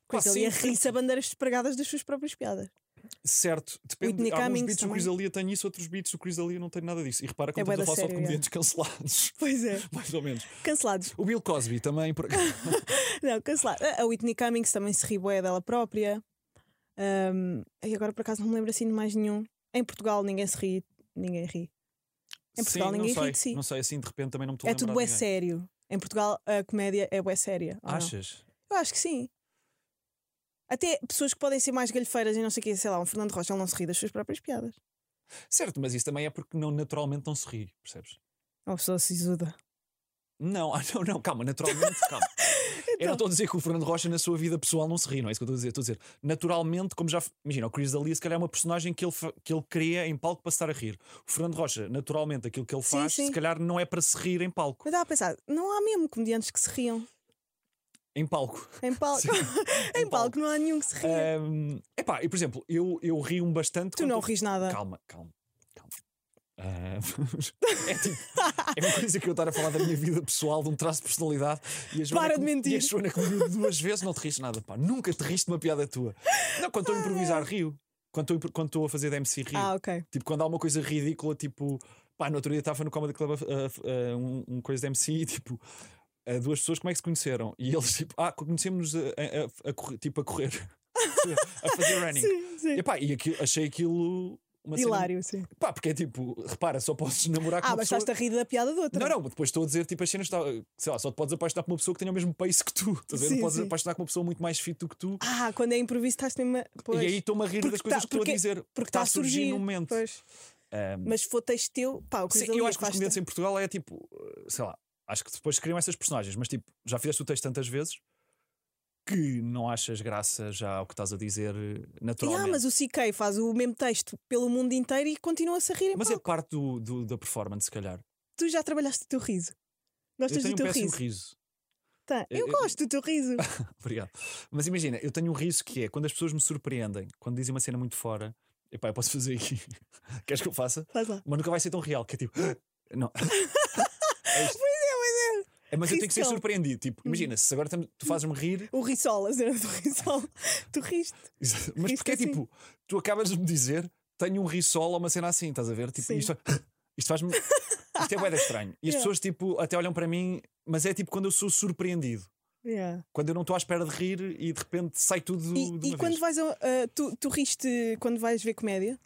S4: Pá,
S3: Chris D'Elia
S4: sim,
S3: ri-se a bandeiras despregadas das suas próprias piadas.
S4: [LAUGHS] Certo, depende.
S3: Whitney
S4: Há alguns
S3: Cummings
S4: beats o Chris Alia tem isso, outros beats o Chris Alia não tem nada disso. E repara que eu
S3: É
S4: estou a
S3: bué da
S4: falar só de
S3: sério,
S4: comediantes
S3: [LAUGHS]
S4: cancelados, [LAUGHS]
S3: Pois é.
S4: mais ou menos.
S3: Cancelados.
S4: O Bill Cosby também, [LAUGHS] por acaso.
S3: Não, cancelados. A- A Whitney Cummings também se ri boé dela própria. Ahm, e agora por acaso não me lembro assim de mais nenhum. Em Portugal ninguém se ri. Ninguém ri.
S4: Sim,
S3: Em Portugal ninguém
S4: não sei,
S3: ri de si.
S4: Não sei, assim de repente também não me estou a
S3: É
S4: lembrar
S3: tudo
S4: de
S3: bué
S4: ninguém.
S3: sério. Em Portugal a comédia é bué séria. ou não?
S4: Achas?
S3: Eu acho que sim. Até pessoas que podem ser mais galhofeiras e não sei o quê, sei lá, um Fernando Rocha, ele não se ri das suas próprias piadas.
S4: Certo, mas isso também é porque não, naturalmente não se ri, percebes?
S3: É uma pessoa sisuda.
S4: Não, [LAUGHS] ah, não, não, calma, naturalmente,
S3: [LAUGHS]
S4: calma. Eu não
S3: Então.
S4: estou a dizer que o Fernando Rocha na sua vida pessoal não se ri, não é isso que eu estou a dizer. Estou a dizer, naturalmente, como já. f- Imagina, o Chris D'Elia se calhar é uma personagem que ele, fa- que ele cria em palco para se estar a rir. O Fernando Rocha, naturalmente, aquilo que ele
S3: Sim,
S4: faz,
S3: sim.
S4: se calhar não é para se rir em palco.
S3: Eu estava a pensar, não há mesmo comediantes que se riam.
S4: Em palco.
S3: Em
S4: [LAUGHS]
S3: palco,
S4: Sim,
S3: [LAUGHS]
S4: É,
S3: em palco não há nenhum que se ria.
S4: Ahm, epá, e por exemplo, eu, eu rio-me bastante.
S3: tu
S4: quando
S3: não
S4: eu-
S3: ris nada.
S4: Calma, calma, calma. Ah, [LAUGHS] é tipo, é uma coisa que eu estar a falar da minha vida pessoal, de um traço de personalidade. E a Joana
S3: Para de
S4: que- E a
S3: mentir.
S4: Joana que me viu duas vezes não te riste nada, pá. Nunca te riste de uma piada tua. Não, quando estou a improvisar, rio. Quando estou a impro- quando estou a fazer de MC, rio.
S3: Ah, ok.
S4: Tipo, quando há uma coisa ridícula, tipo, pá, no outro dia estava no Comedy Club ah, ah, um, um coisa de MC e tipo. ah, duas pessoas, como é que se conheceram? E eles, tipo, ah, conhecemos-nos a, a- a- a correr- tipo, a correr, [LAUGHS] a fazer running.
S3: Sim, sim.
S4: E, pá, e aquilo- achei aquilo uma cena-
S3: Hilário, sim.
S4: Pá, porque é tipo, repara, só podes namorar com
S3: Ah,
S4: uma
S3: mas
S4: pessoa.
S3: estás-te a rir da piada de outra.
S4: Não, não, depois estou a dizer, tipo, as cenas, tá- sei lá, só te podes apaixonar por uma pessoa que tenha o mesmo pace que tu. Estás a ver?
S3: Sim,
S4: Não podes
S3: sim.
S4: apaixonar com uma pessoa muito mais fit do que tu.
S3: Ah, quando é improviso estás mesmo a... Pois,
S4: e aí estou-me a rir
S3: Porque
S4: das coisas
S3: tá-
S4: que estou
S3: porque-
S4: a dizer.
S3: porque
S4: tá
S3: está a surgir.
S4: no momento.
S3: Pois.
S4: Ahm,
S3: Mas se for texto teu, pá, o Chris
S4: sim,
S3: D'Elia
S4: eu acho que os
S3: faz-te-
S4: comediantes em Portugal é tipo, uh, sei lá, acho que depois criam essas personagens, mas tipo, já fizeste o texto tantas vezes que não achas graça já ao que estás a dizer eh, naturalmente.
S3: Ah, mas o CK faz o mesmo texto pelo mundo inteiro e continua-se a rir em
S4: Mas é
S3: palco.
S4: parte do, do- da performance, se calhar.
S3: Tu já trabalhaste o teu riso. Gostas
S4: eu tenho
S3: do teu
S4: um péssimo
S3: riso?
S4: riso.
S3: Tá,
S4: Eu-
S3: Eu,
S4: eu-
S3: gosto do teu
S4: [LAUGHS]
S3: riso.
S4: Obrigado. Mas imagina, eu tenho um riso que é quando as pessoas me surpreendem, quando dizem uma cena muito fora, epá, eu posso fazer aqui. [LAUGHS] Queres que eu faça?
S3: Faz lá.
S4: Mas nunca vai ser tão real, que é tipo. [GASPS]
S3: [LAUGHS]
S4: Não. É isto. É, mas eu tenho que ser
S3: Riscão.
S4: surpreendido. Tipo,
S3: Hum.
S4: imagina, se agora tam- tu fazes-me rir, [LAUGHS]
S3: O rissola, a cena do rissola. Tu riste.
S4: Exato. Mas
S3: Riste
S4: porque é
S3: assim.
S4: tipo, tu acabas de me dizer, tenho um risol ou uma cena assim, estás a ver? Tipo,
S3: Sim.
S4: isto, [GASPS] isto faz-me. Isto é bué de estranho. E as
S3: Yeah.
S4: pessoas, tipo, até olham para mim, mas é tipo quando eu sou surpreendido.
S3: Yeah.
S4: Quando eu não estou à espera de rir e de repente sai tudo
S3: E,
S4: de
S3: e
S4: uma
S3: quando
S4: vez.
S3: vais a, a- tu, tu riste quando vais ver comédia?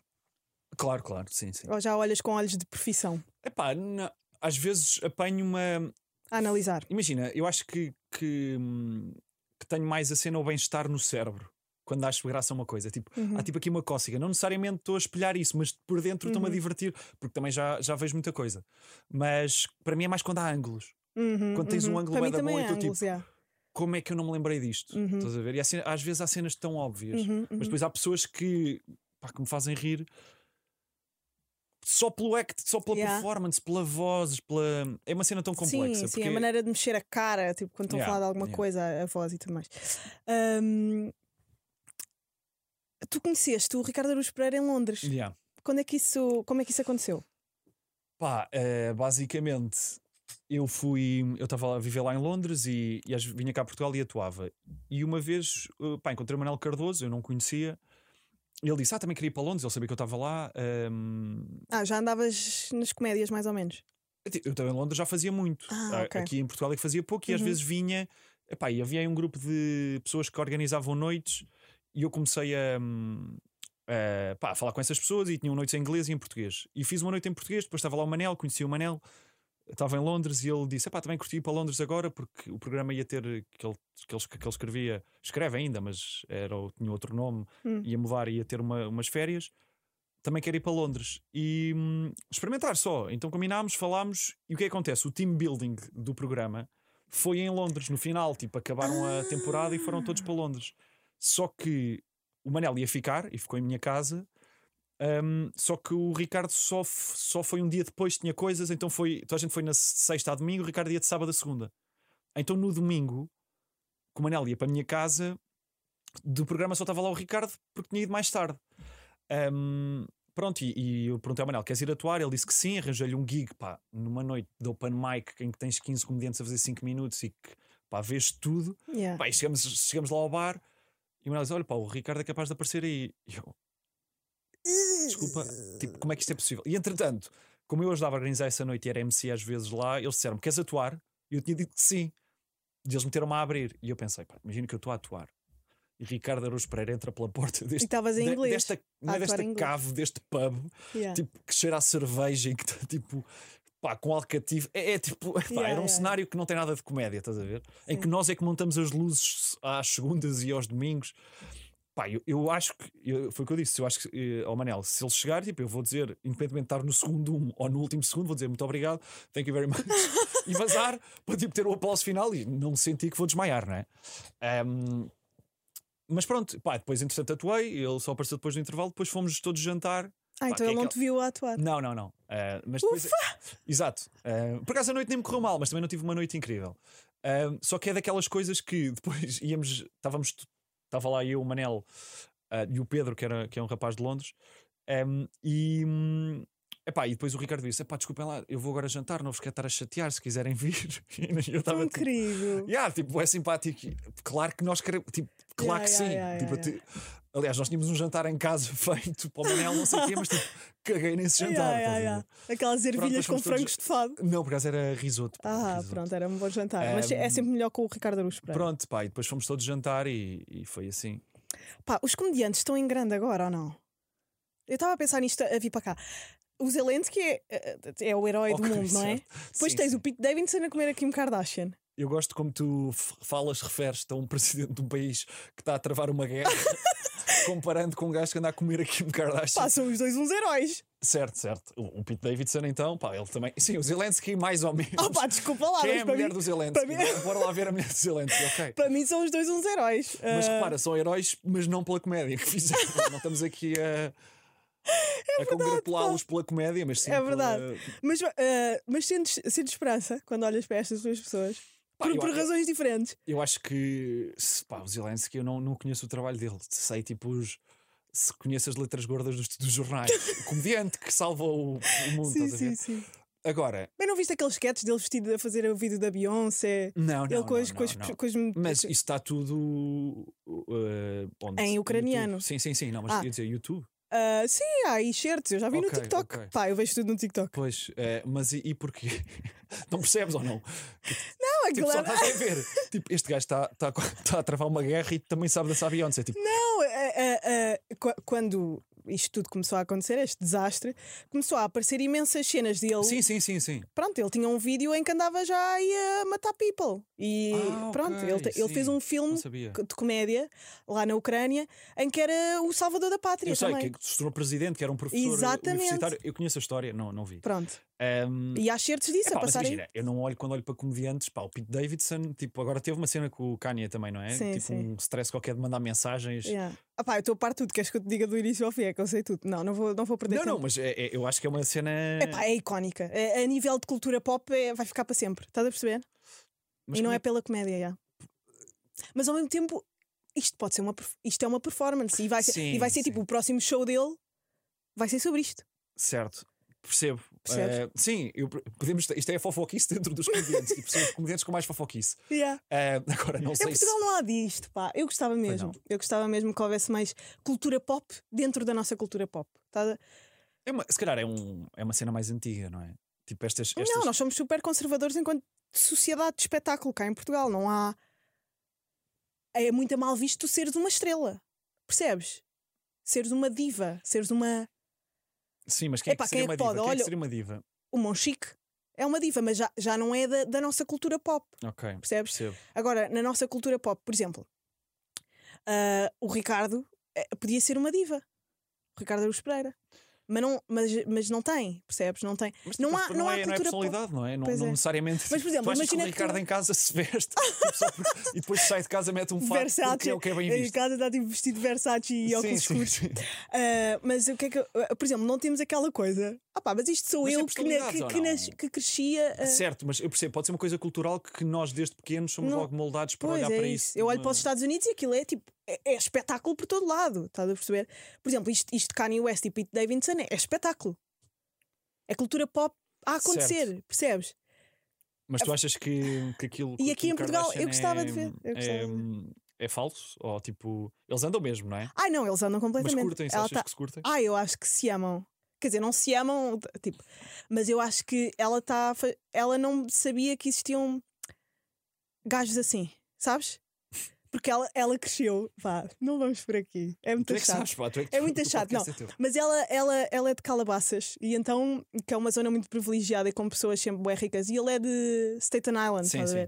S4: Claro, claro, sim, sim.
S3: Ou já olhas com olhos de profissão
S4: Epá, na- às vezes apanho uma.
S3: a analisar?
S4: Imagina, eu acho que, que, hum, que tenho mais a cena o bem-estar no cérebro quando acho graça a uma coisa. Tipo,
S3: Uhum.
S4: Há tipo aqui uma cócega. Não necessariamente estou a espelhar isso, mas por dentro estou-me
S3: Uhum.
S4: a divertir, porque também já, já vejo muita coisa. Mas para mim é mais quando há ângulos.
S3: Uhum,
S4: quando tens um
S3: uhum.
S4: ângulo
S3: Para mim
S4: bué da bom
S3: também
S4: e
S3: é
S4: tu,
S3: ângulos,
S4: tipo,
S3: yeah.
S4: Como é que eu não me lembrei disto?
S3: Uhum.
S4: Estás a ver? E há cena- às vezes há cenas tão óbvias,
S3: Uhum, uhum.
S4: mas depois há pessoas que pá, que me fazem rir só pelo act, só pela
S3: Yeah.
S4: performance, pela voz, pela... é uma cena tão complexa.
S3: Sim, sim,
S4: porque
S3: a maneira de mexer a cara, tipo, quando estão
S4: Yeah,
S3: a falar de alguma
S4: yeah.
S3: coisa, a voz e tudo mais. Ahm, tu conheceste o Ricardo Araújo Pereira em Londres.
S4: Yeah.
S3: Quando é que isso, como é que isso aconteceu?
S4: Pá, eh, basicamente, eu fui. Eu estava a viver lá em Londres e, e às- vinha cá a Portugal e atuava. E uma vez, eh, pá, encontrei o Manuel Cardoso, eu não o conhecia. e Ele disse: Ah, também queria ir para Londres, ele sabia que eu estava lá. ehm,
S3: Ah, já andavas nas comédias, mais ou menos.
S4: eu te- eu estava em Londres já fazia muito. A-
S3: Ah, ok.
S4: Aqui em Portugal é que fazia pouco e às
S3: Uhum.
S4: vezes vinha. Epá, e havia aí um grupo de pessoas que organizavam noites e eu comecei a, hum, a, pá, a falar com essas pessoas e tinham noites em inglês e em português. E fiz uma noite em português, depois estava lá o Manel, conheci o Manel, estava em Londres e ele disse: Epá, também curti ir para Londres agora porque o programa ia ter. que ele, que ele, que ele escrevia, escreve ainda, mas era, o- tinha outro nome,
S3: Hum.
S4: ia mudar e ia ter uma- umas férias também quero ir para Londres e hum, experimentar só. Então combinámos, falámos e o que é que acontece? O team building do programa foi em Londres no final, tipo, acabaram a temporada e foram todos para Londres. Só que o Manel ia ficar e ficou em minha casa. hum, só que o Ricardo só, f- só foi um dia depois, tinha coisas, então foi. Toda a gente foi na sexta a domingo, o Ricardo ia de sábado a segunda. Então no domingo, que o Manel ia para a minha casa, do programa só estava lá o Ricardo porque tinha ido mais tarde. Ahm, pronto, e, e eu perguntei ao Manel: queres ir atuar? Ele disse que sim, arranjei-lhe um gig pá, numa noite de open mic em que tens 15 comediantes a fazer 5 minutos e que pá, vês tudo.
S3: Yeah.
S4: Pá, e chegamos, chegamos lá ao bar e o Manel diz: Olha, pá, o Ricardo é capaz de aparecer aí. E eu, desculpa, tipo, como é que isto é possível? E entretanto, como eu ajudava a organizar essa noite e era MC às vezes lá, eles disseram: Queres atuar? E eu tinha dito que sim. E eles meteram-me a abrir. E eu pensei: pá, imagina que eu estou a atuar. E Ricardo Araújo Pereira entra pela porta
S3: E
S4: deste
S3: estavas em
S4: de-
S3: inglês.
S4: Desta, não é
S3: atuar em
S4: desta
S3: inglês.
S4: cave, deste pub,
S3: Yeah.
S4: tipo, que cheira a cerveja e que está tipo. Pá, com alcativo. É, é tipo. [LAUGHS] pá,
S3: Yeah,
S4: era um
S3: yeah,
S4: cenário que não tem nada de comédia, estás a ver? Em que nós é que montamos as luzes às segundas e aos domingos. Pá, eu, eu acho que. eu- foi o que eu disse. Eu acho que. eh, Ao Manel, se ele chegar, tipo, eu vou dizer, independentemente de estar no segundo um ou no último segundo, vou dizer muito obrigado, thank you very much. [LAUGHS] e vazar para tipo, ter o aplauso final e não sentir que vou desmaiar, não é? Ahm, mas pronto, pá, depois entretanto atuei, ele só apareceu depois do intervalo, depois fomos todos jantar.
S3: Ah,
S4: que
S3: então
S4: é
S3: ele não
S4: aquele-
S3: te viu a atuar.
S4: Não, não, não. Ah, mas depois... Exato. Ah, por acaso a noite nem me correu mal, mas também não tive uma noite incrível. Ah, só que é daquelas coisas que [LAUGHS] depois íamos, estávamos, t- estava lá eu, o Manel ah, e o Pedro, que, era, que é um rapaz de Londres, Ahm, e. hum, Epá, e depois o Ricardo disse: Epá, desculpem lá, eu vou agora jantar, não vos quero estar a chatear se quiserem vir. [LAUGHS] E eu
S3: Tão
S4: estava tipo,
S3: incrível.
S4: Yeah, tipo, é simpático. e, Claro que nós queremos. Tipo, claro
S3: Yeah,
S4: que sim.
S3: yeah, yeah,
S4: Tipo,
S3: yeah,
S4: ti- Aliás, nós tínhamos um jantar em casa [LAUGHS] feito para o Manel, não sei o quê, mas tipo, caguei nesse jantar.
S3: Yeah,
S4: estás a
S3: yeah,
S4: ver?
S3: yeah. Aquelas ervilhas
S4: nós
S3: com
S4: fomos todos-
S3: frangos de fado.
S4: Não, por acaso era risoto. pá,
S3: Ah,
S4: risoto.
S3: pronto, era um bom jantar. Mas é
S4: Ahm,
S3: sempre melhor com o Ricardo Aruz Pereira.
S4: Pronto, pá, e depois fomos todos jantar e, e foi assim.
S3: Pá, os comediantes estão em grande agora ou não? Eu estava a pensar nisto a vir para cá. O Zelensky é, é- é o herói
S4: Ok,
S3: do mundo, não é?
S4: certo.
S3: Depois
S4: Sim,
S3: tens
S4: sim.
S3: o Pete Davidson a comer a Kim Kardashian.
S4: Eu gosto como tu f- falas, referes-te a um [LAUGHS] presidente de um país que está a travar uma
S3: [LAUGHS]
S4: guerra, comparando com um gajo que anda a comer aqui no Kardashian.
S3: Pá, são os dois uns
S4: [LAUGHS]
S3: heróis.
S4: Certo, certo. O, o Pete Davidson, então, pá, ele também. Sim, o Zelensky, mais ou menos.
S3: Ah, pá, desculpa lá,
S4: Quem é
S3: mas
S4: a
S3: para
S4: mulher
S3: mim,
S4: do Zelensky? é?
S3: para
S4: Bora- Bora lá ver a mulher do Zelensky, ok.
S3: [LAUGHS] para mim são os dois uns heróis.
S4: Mas
S3: Ah,
S4: repara, são heróis, mas não pela comédia [LAUGHS] que fizeram. não estamos aqui
S3: É
S4: a, a congratulá-los pela comédia, mas sim.
S3: É
S4: pela-
S3: verdade. Mas, ah, mas sentes, sentes esperança quando olhas para estas duas pessoas?
S4: Pá,
S3: por
S4: eu
S3: por
S4: acho-
S3: razões diferentes.
S4: Eu acho que. se- Pá, o Zelensky, eu não, não conheço o trabalho dele. Sei tipo os. Se conheço as letras gordas dos, dos jornais. O comediante que salva o, o mundo,
S3: Sim,
S4: estás a ver?
S3: sim, sim.
S4: Agora,
S3: Mas não viste aqueles sketches dele vestido a fazer o vídeo da Beyoncé?
S4: não, não.
S3: Ele com
S4: não,
S3: as- com
S4: não,
S3: as-
S4: não.
S3: com as-
S4: Mas isso está tudo. uh, onde?
S3: Em ucraniano.
S4: YouTube. Sim, sim, sim. Não, mas
S3: Ah.
S4: ia dizer YouTube.
S3: Ah, sim, há aí shirts, eu já vi
S4: Ok,
S3: no TikTok.
S4: ok.
S3: Pá, eu vejo tudo no TikTok.
S4: Pois, eh, mas e, e porquê? [LAUGHS] não percebes ou não?
S3: Não,
S4: Tipo,
S3: aquilo
S4: só
S3: era-
S4: estás a ver. Tipo, este gajo está tá, tá a travar uma guerra e também sabe dançar Beyoncé. Tipo,
S3: Não, eh, a- a- a- qu- quando isto tudo começou a acontecer, este desastre, começou a aparecer imensas cenas dele.
S4: sim, sim, sim, sim.
S3: Pronto, ele tinha um vídeo em que andava já aí a matar people. E
S4: Ah,
S3: pronto,
S4: ok,
S3: ele, te- ele fez
S4: sim,
S3: um
S4: Não
S3: filme
S4: sabia.
S3: de comédia lá na Ucrânia em que era o salvador da pátria
S4: Eu sei
S3: também.
S4: que se tornou presidente, que era um professor
S3: Exatamente.
S4: universitário. Eu conheço a história, não, não vi.
S3: Pronto.
S4: Um,
S3: E há certos disso
S4: epá,
S3: a
S4: mas
S3: passarem.
S4: imagina, eu não olho quando olho para comediantes, pá, o Pete Davidson, tipo, agora teve uma cena com o Kanye também, não é?
S3: Sim,
S4: tipo
S3: sim.
S4: um stress qualquer de mandar mensagens.
S3: Yeah. Ah pá, eu estou a par de tudo, queres que eu te diga do início ao fim? É que eu sei tudo. Não, não vou, não vou perder
S4: Não,
S3: tempo.
S4: não, mas é- é- eu acho que é uma cena.
S3: É pá, é icónica. É- a nível de cultura pop é- vai ficar para sempre. Estás a perceber?
S4: mas
S3: e não
S4: como
S3: é pela comédia, já. Mas ao mesmo tempo, isto pode ser uma perf- isto é uma performance e vai ser, e
S4: Sim,
S3: vai ser tipo
S4: sim.
S3: o próximo show dele vai ser sobre isto.
S4: Certo. Percebo.
S3: Percebes?
S4: Eh, sim, eu, podemos, isto é a fofoquice dentro dos comediantes. tipo, são os comediantes com mais fofoquice. Eh, agora não
S3: Em
S4: sei se.
S3: É Portugal não há disto, pá. Eu gostava mesmo.
S4: não.
S3: Eu gostava mesmo que houvesse mais cultura pop dentro da nossa cultura pop. Tá?
S4: É uma, se calhar é, um, é uma cena mais antiga, não é? Tipo, estas. estas
S3: Não, nós somos super conservadores enquanto sociedade de espetáculo cá em Portugal. Não há. É muito mal visto tu seres uma estrela. Percebes? Seres uma diva, seres uma.
S4: Sim, mas quem é,
S3: Epá,
S4: que seria
S3: quem
S4: uma
S3: é que pode?
S4: diva? Quem é que
S3: Olha-
S4: seria uma diva?
S3: O Monchique um é uma diva, mas já, já não é da, da nossa cultura pop,
S4: Ok,
S3: percebes?
S4: percebo.
S3: Agora, na nossa cultura pop, por exemplo, ah, o Ricardo eh, podia ser uma diva. O Ricardo Aruz Pereira. Mas não, mas, mas não tem, percebes? Não tem.
S4: Mas
S3: Não
S4: depois
S3: há-
S4: depois
S3: não há
S4: é, não é
S3: cultura
S4: personalidade, não é? Não,
S3: Pois
S4: não
S3: é.
S4: necessariamente.
S3: Mas, por exemplo,
S4: tu achas que o
S3: imagina que
S4: Ricardo
S3: tu-
S4: em casa se veste [LAUGHS] tipo, só por- e depois sai de casa, mete um fato porque é o que é bem
S3: o é
S4: visto.
S3: Ricardo está tipo vestido de Versace e óculos
S4: sim,
S3: escuros.
S4: sim.
S3: Ah, mas o que é que. eu- ah, por exemplo, não temos aquela coisa. Ah pá, mas isto sou
S4: Mas
S3: eu
S4: tem
S3: que, na-
S4: personalidades
S3: que,
S4: ou
S3: que
S4: não?
S3: nas- que crescia. ah,
S4: Certo, mas eu percebo, pode ser uma coisa cultural que que nós desde pequenos somos
S3: Não.
S4: logo moldados para
S3: Pois
S4: olhar
S3: é
S4: para
S3: isso.
S4: isso.
S3: Eu
S4: de
S3: olho
S4: uma-
S3: para os Estados Unidos e aquilo é tipo, é, é espetáculo por todo lado, estás a perceber? Por exemplo, isto, isto de Kanye West e Pete Davidson é, é espetáculo. É cultura pop a acontecer, percebes?
S4: Mas tu achas que, que aquilo. que
S3: E aqui
S4: o
S3: em Portugal, eu
S4: Kardashian
S3: gostava de ver, eu gostava
S4: é,
S3: de
S4: é falso? Ou tipo. Eles andam mesmo, não é?
S3: Ai não, eles andam
S4: Mas
S3: completamente.
S4: curtem-se,
S3: Ela
S4: achas
S3: tá-
S4: que se curtem?
S3: Ah, eu acho que se amam. Quer dizer, não se amam, t- tipo, mas eu acho que ela está. a fa- Ela não sabia que existiam gajos assim, sabes? Porque ela, ela cresceu. Vá, não vamos por aqui. É muito
S4: tu é que
S3: chato.
S4: sabes, pá, tu é, que [LAUGHS]
S3: É
S4: tu-
S3: muito
S4: o
S3: chato,
S4: podcast é teu.
S3: Mas ela, ela, ela é de Calabasas e então, que é uma zona muito privilegiada e com pessoas sempre bem ricas. E ele é de Staten Island,
S4: Sim,
S3: estás a
S4: sim.
S3: ver?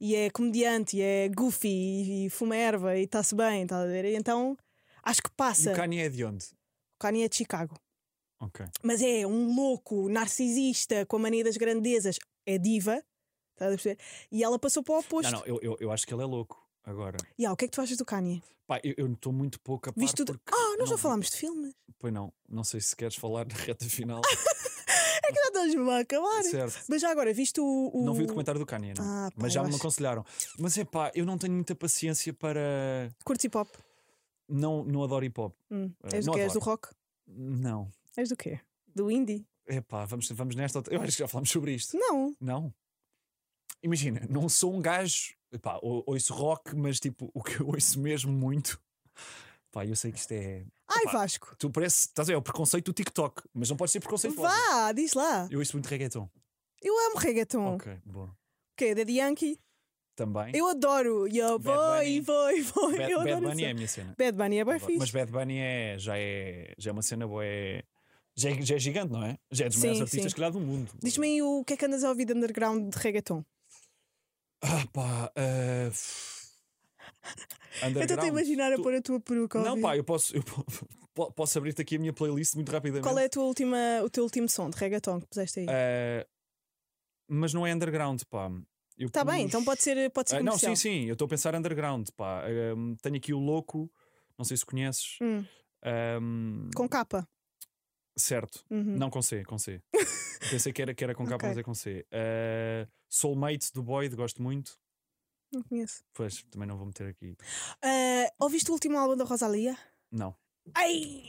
S3: E é comediante, e é goofy, e, e fuma erva, e está-se bem, estás a ver? E então, acho que
S4: E
S3: passa.
S4: o
S3: O
S4: Kanye é de onde?
S3: Kanye é de Chicago.
S4: Ok.
S3: Mas é um louco, narcisista, com a mania das grandezas. É diva, estás a perceber? E ela passou para o oposto.
S4: Não, não, eu, eu, eu acho que ele é louco agora.
S3: E ah, o que é que tu achas do Kanye?
S4: Pá, eu- eu estou muito pouco a par
S3: Viste tudo?
S4: porque
S3: Ah, nós
S4: não
S3: já
S4: vi-
S3: falámos de filmes.
S4: Pois não, não sei se queres falar na reta final.
S3: Ah, É Já estás-me a acabar.
S4: certo.
S3: Mas já agora, viste é. o.
S4: Não vi o documentário do Kanye, não.
S3: Ah, pá,
S4: Mas já
S3: eu
S4: me
S3: acho-
S4: aconselharam. Mas é pá, eu não tenho muita paciência para.
S3: Curtes hip hop.
S4: Não, não adoro hip hop.
S3: Hum.
S4: Eh,
S3: És do
S4: não
S3: quê? És do
S4: adoro.
S3: rock?
S4: Não.
S3: És do quê? Do indie?
S4: É pá, vamos, vamos nesta. outra- Eu acho que já falámos sobre isto.
S3: Não.
S4: Não. Imagina, não sou um gajo. Pá, ou- ouço rock, mas tipo, o que eu ouço mesmo muito. Pá, eu sei que isto é.
S3: Ai,
S4: Opa,
S3: Vasco.
S4: Tu parece. Estás a ver? É o preconceito do TikTok, mas não pode ser preconceito.
S3: Vá, diz lá.
S4: Eu ouço muito reggaeton.
S3: Eu amo reggaeton.
S4: Ok, bom.
S3: Que é Daddy Yankee.
S4: Também.
S3: Hum. Eu [LAUGHS] adoro. Yo,
S4: Bad Bunny.
S3: boy, boy, boy.
S4: Bad,
S3: Eu
S4: Bad
S3: adoro
S4: Bunny é a
S3: isso.
S4: minha cena.
S3: Bad Bunny é bem
S4: Agora-
S3: fixe.
S4: Mas Bad Bunny é, já, é, já é uma cena boa. É, já, é, já é gigante, não é? Já é dos maiores
S3: Sim,
S4: artistas,
S3: sim.
S4: que lá do mundo.
S3: Diz-me aí o que é que andas a ouvir de underground de reggaeton.
S4: Ah, pá. ah, f-
S3: [LAUGHS] Eu estou a
S4: underground.
S3: imaginar a
S4: Tu-
S3: pôr a tua peruca. a
S4: Não,
S3: ouvir.
S4: pá, eu posso, eu po- [LAUGHS] po- posso abrir-te aqui a minha playlist muito rapidamente.
S3: Qual é a tua última, o teu último som de reggaeton que puseste aí?
S4: Ah, mas não é underground, pá. Eu
S3: Está bem,
S4: pus-
S3: então pode ser, pode ser
S4: Ah, não,
S3: comercial.
S4: sim, sim, eu estou a pensar underground, pá. Ah, tenho aqui o Louco, não sei se conheces.
S3: Hum,
S4: Ah,
S3: com capa.
S4: Certo.
S3: Uhum.
S4: Não com C, com
S3: [LAUGHS]
S4: C. Eu Pensei que era, que era com K,
S3: Ok.
S4: mas é com C. Uh, Soulmate do Boyd, gosto muito.
S3: Não conheço.
S4: Pois, também não vou meter aqui.
S3: Ah, ouviste o último álbum da Rosalia?
S4: Não.
S3: Ai,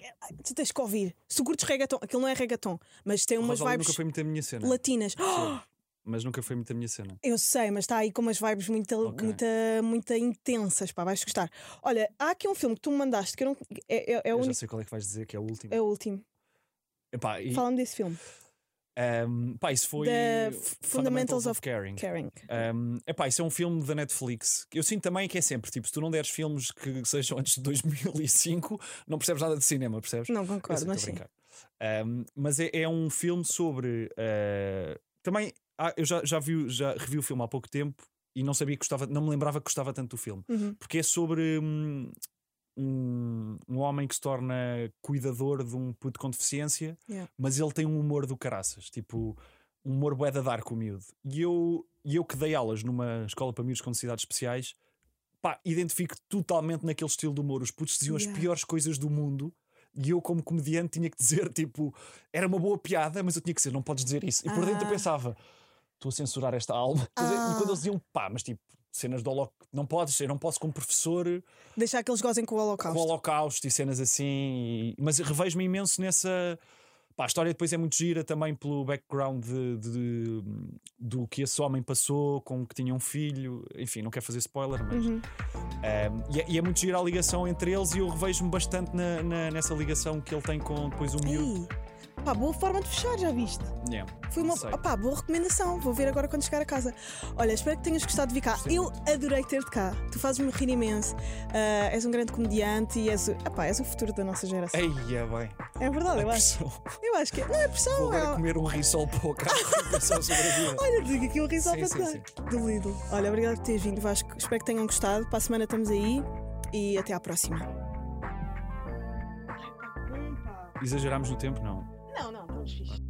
S3: tu tens que ouvir. Se tu curtes reggaeton, aquilo não é reggaeton, mas tem umas
S4: Rosalie
S3: vibes
S4: nunca foi muito a minha cena.
S3: latinas.
S4: percebo, mas nunca foi muito a minha cena.
S3: [GASPS] Eu sei, mas está aí com umas vibes muito,
S4: Ok.
S3: muita, muito intensas, pá, vais gostar. Olha, há aqui um filme que tu me mandaste que eu não. É, é, é
S4: Eu
S3: o
S4: já
S3: único.
S4: sei qual é que vais dizer, que é o último.
S3: É o último.
S4: Epá, e,
S3: Fala-me desse filme.
S4: um, pá, isso foi
S3: The Fundamentals of
S4: Caring.
S3: Caring.
S4: Um, epá, isso é um filme da Netflix. Eu sinto também que é sempre, tipo, se tu não deres filmes que sejam antes de 2005, não percebes nada de cinema, percebes?
S3: Não
S4: Eu
S3: concordo,
S4: sei,
S3: Hum, mas
S4: tô a
S3: sim.
S4: brincar. Ahm, mas é, é um filme sobre. ah, também. ah, eu já, já, vi, o- já revi o filme há pouco tempo e não sabia que gostava. Não me lembrava que gostava tanto do filme.
S3: Uhum.
S4: Porque é sobre. hum, um, um homem que se torna cuidador de um puto com deficiência,
S3: Yeah.
S4: mas ele tem um humor do caraças. Tipo, um humor bué da dar com o miúdo. E eu, e eu que dei aulas numa escola para miúdos com necessidades especiais, pá, identifico totalmente naquele estilo de humor. Os putos diziam
S3: Yeah.
S4: as piores coisas do mundo. E eu, como comediante, tinha que dizer, tipo, era uma boa piada, mas eu tinha que dizer, não podes dizer isso. E por dentro eu
S3: Ah.
S4: pensava, estou a censurar esta alma. Estás a ver? E
S3: Ah.
S4: quando eles diziam, pá, mas tipo, cenas de holocausto, não podes, eu não posso, como professor,
S3: Deixar que eles gozem com o
S4: com o
S3: Holocausto.
S4: Holocausto e cenas assim. e- Mas revejo-me imenso nessa. Pá, a história depois é muito gira também pelo background de, de- de- do que esse homem passou, com que tinha um filho. Enfim, não quero fazer spoiler, mas.
S3: Uhum.
S4: Um, e, é, e é muito gira a ligação entre eles e eu revejo-me bastante na- na- nessa ligação que ele tem com depois o miúdo.
S3: Ei, pá, boa forma de fechar, já viste?
S4: Yeah.
S3: Foi uma
S4: Sei.
S3: opá, boa recomendação. Vou ver agora quando chegar a casa. Olha, espero que tenhas gostado de vir cá.
S4: Gostei
S3: Eu adorei ter-te cá. Tu fazes-me rir imenso. Ah, és um grande comediante e és, o- opá, és o futuro da nossa geração.
S4: Ei, é bem.
S3: É verdade, eu
S4: a
S3: acho.
S4: pressão.
S3: Eu acho que é. Não é
S4: Vou
S3: pressão,
S4: agora
S3: é.
S4: comer um risol para o carro e pensar sobre [LAUGHS] a vida.
S3: Olha, digo aqui o riso ao
S4: Sim, sim,
S3: patamar do Lidl. Olha, obrigada por teres vindo, Vasco. Espero que tenham gostado. Para a semana estamos aí e até à próxima.
S4: Exagerámos no tempo, não.
S3: Não, tá não, estamos fixe.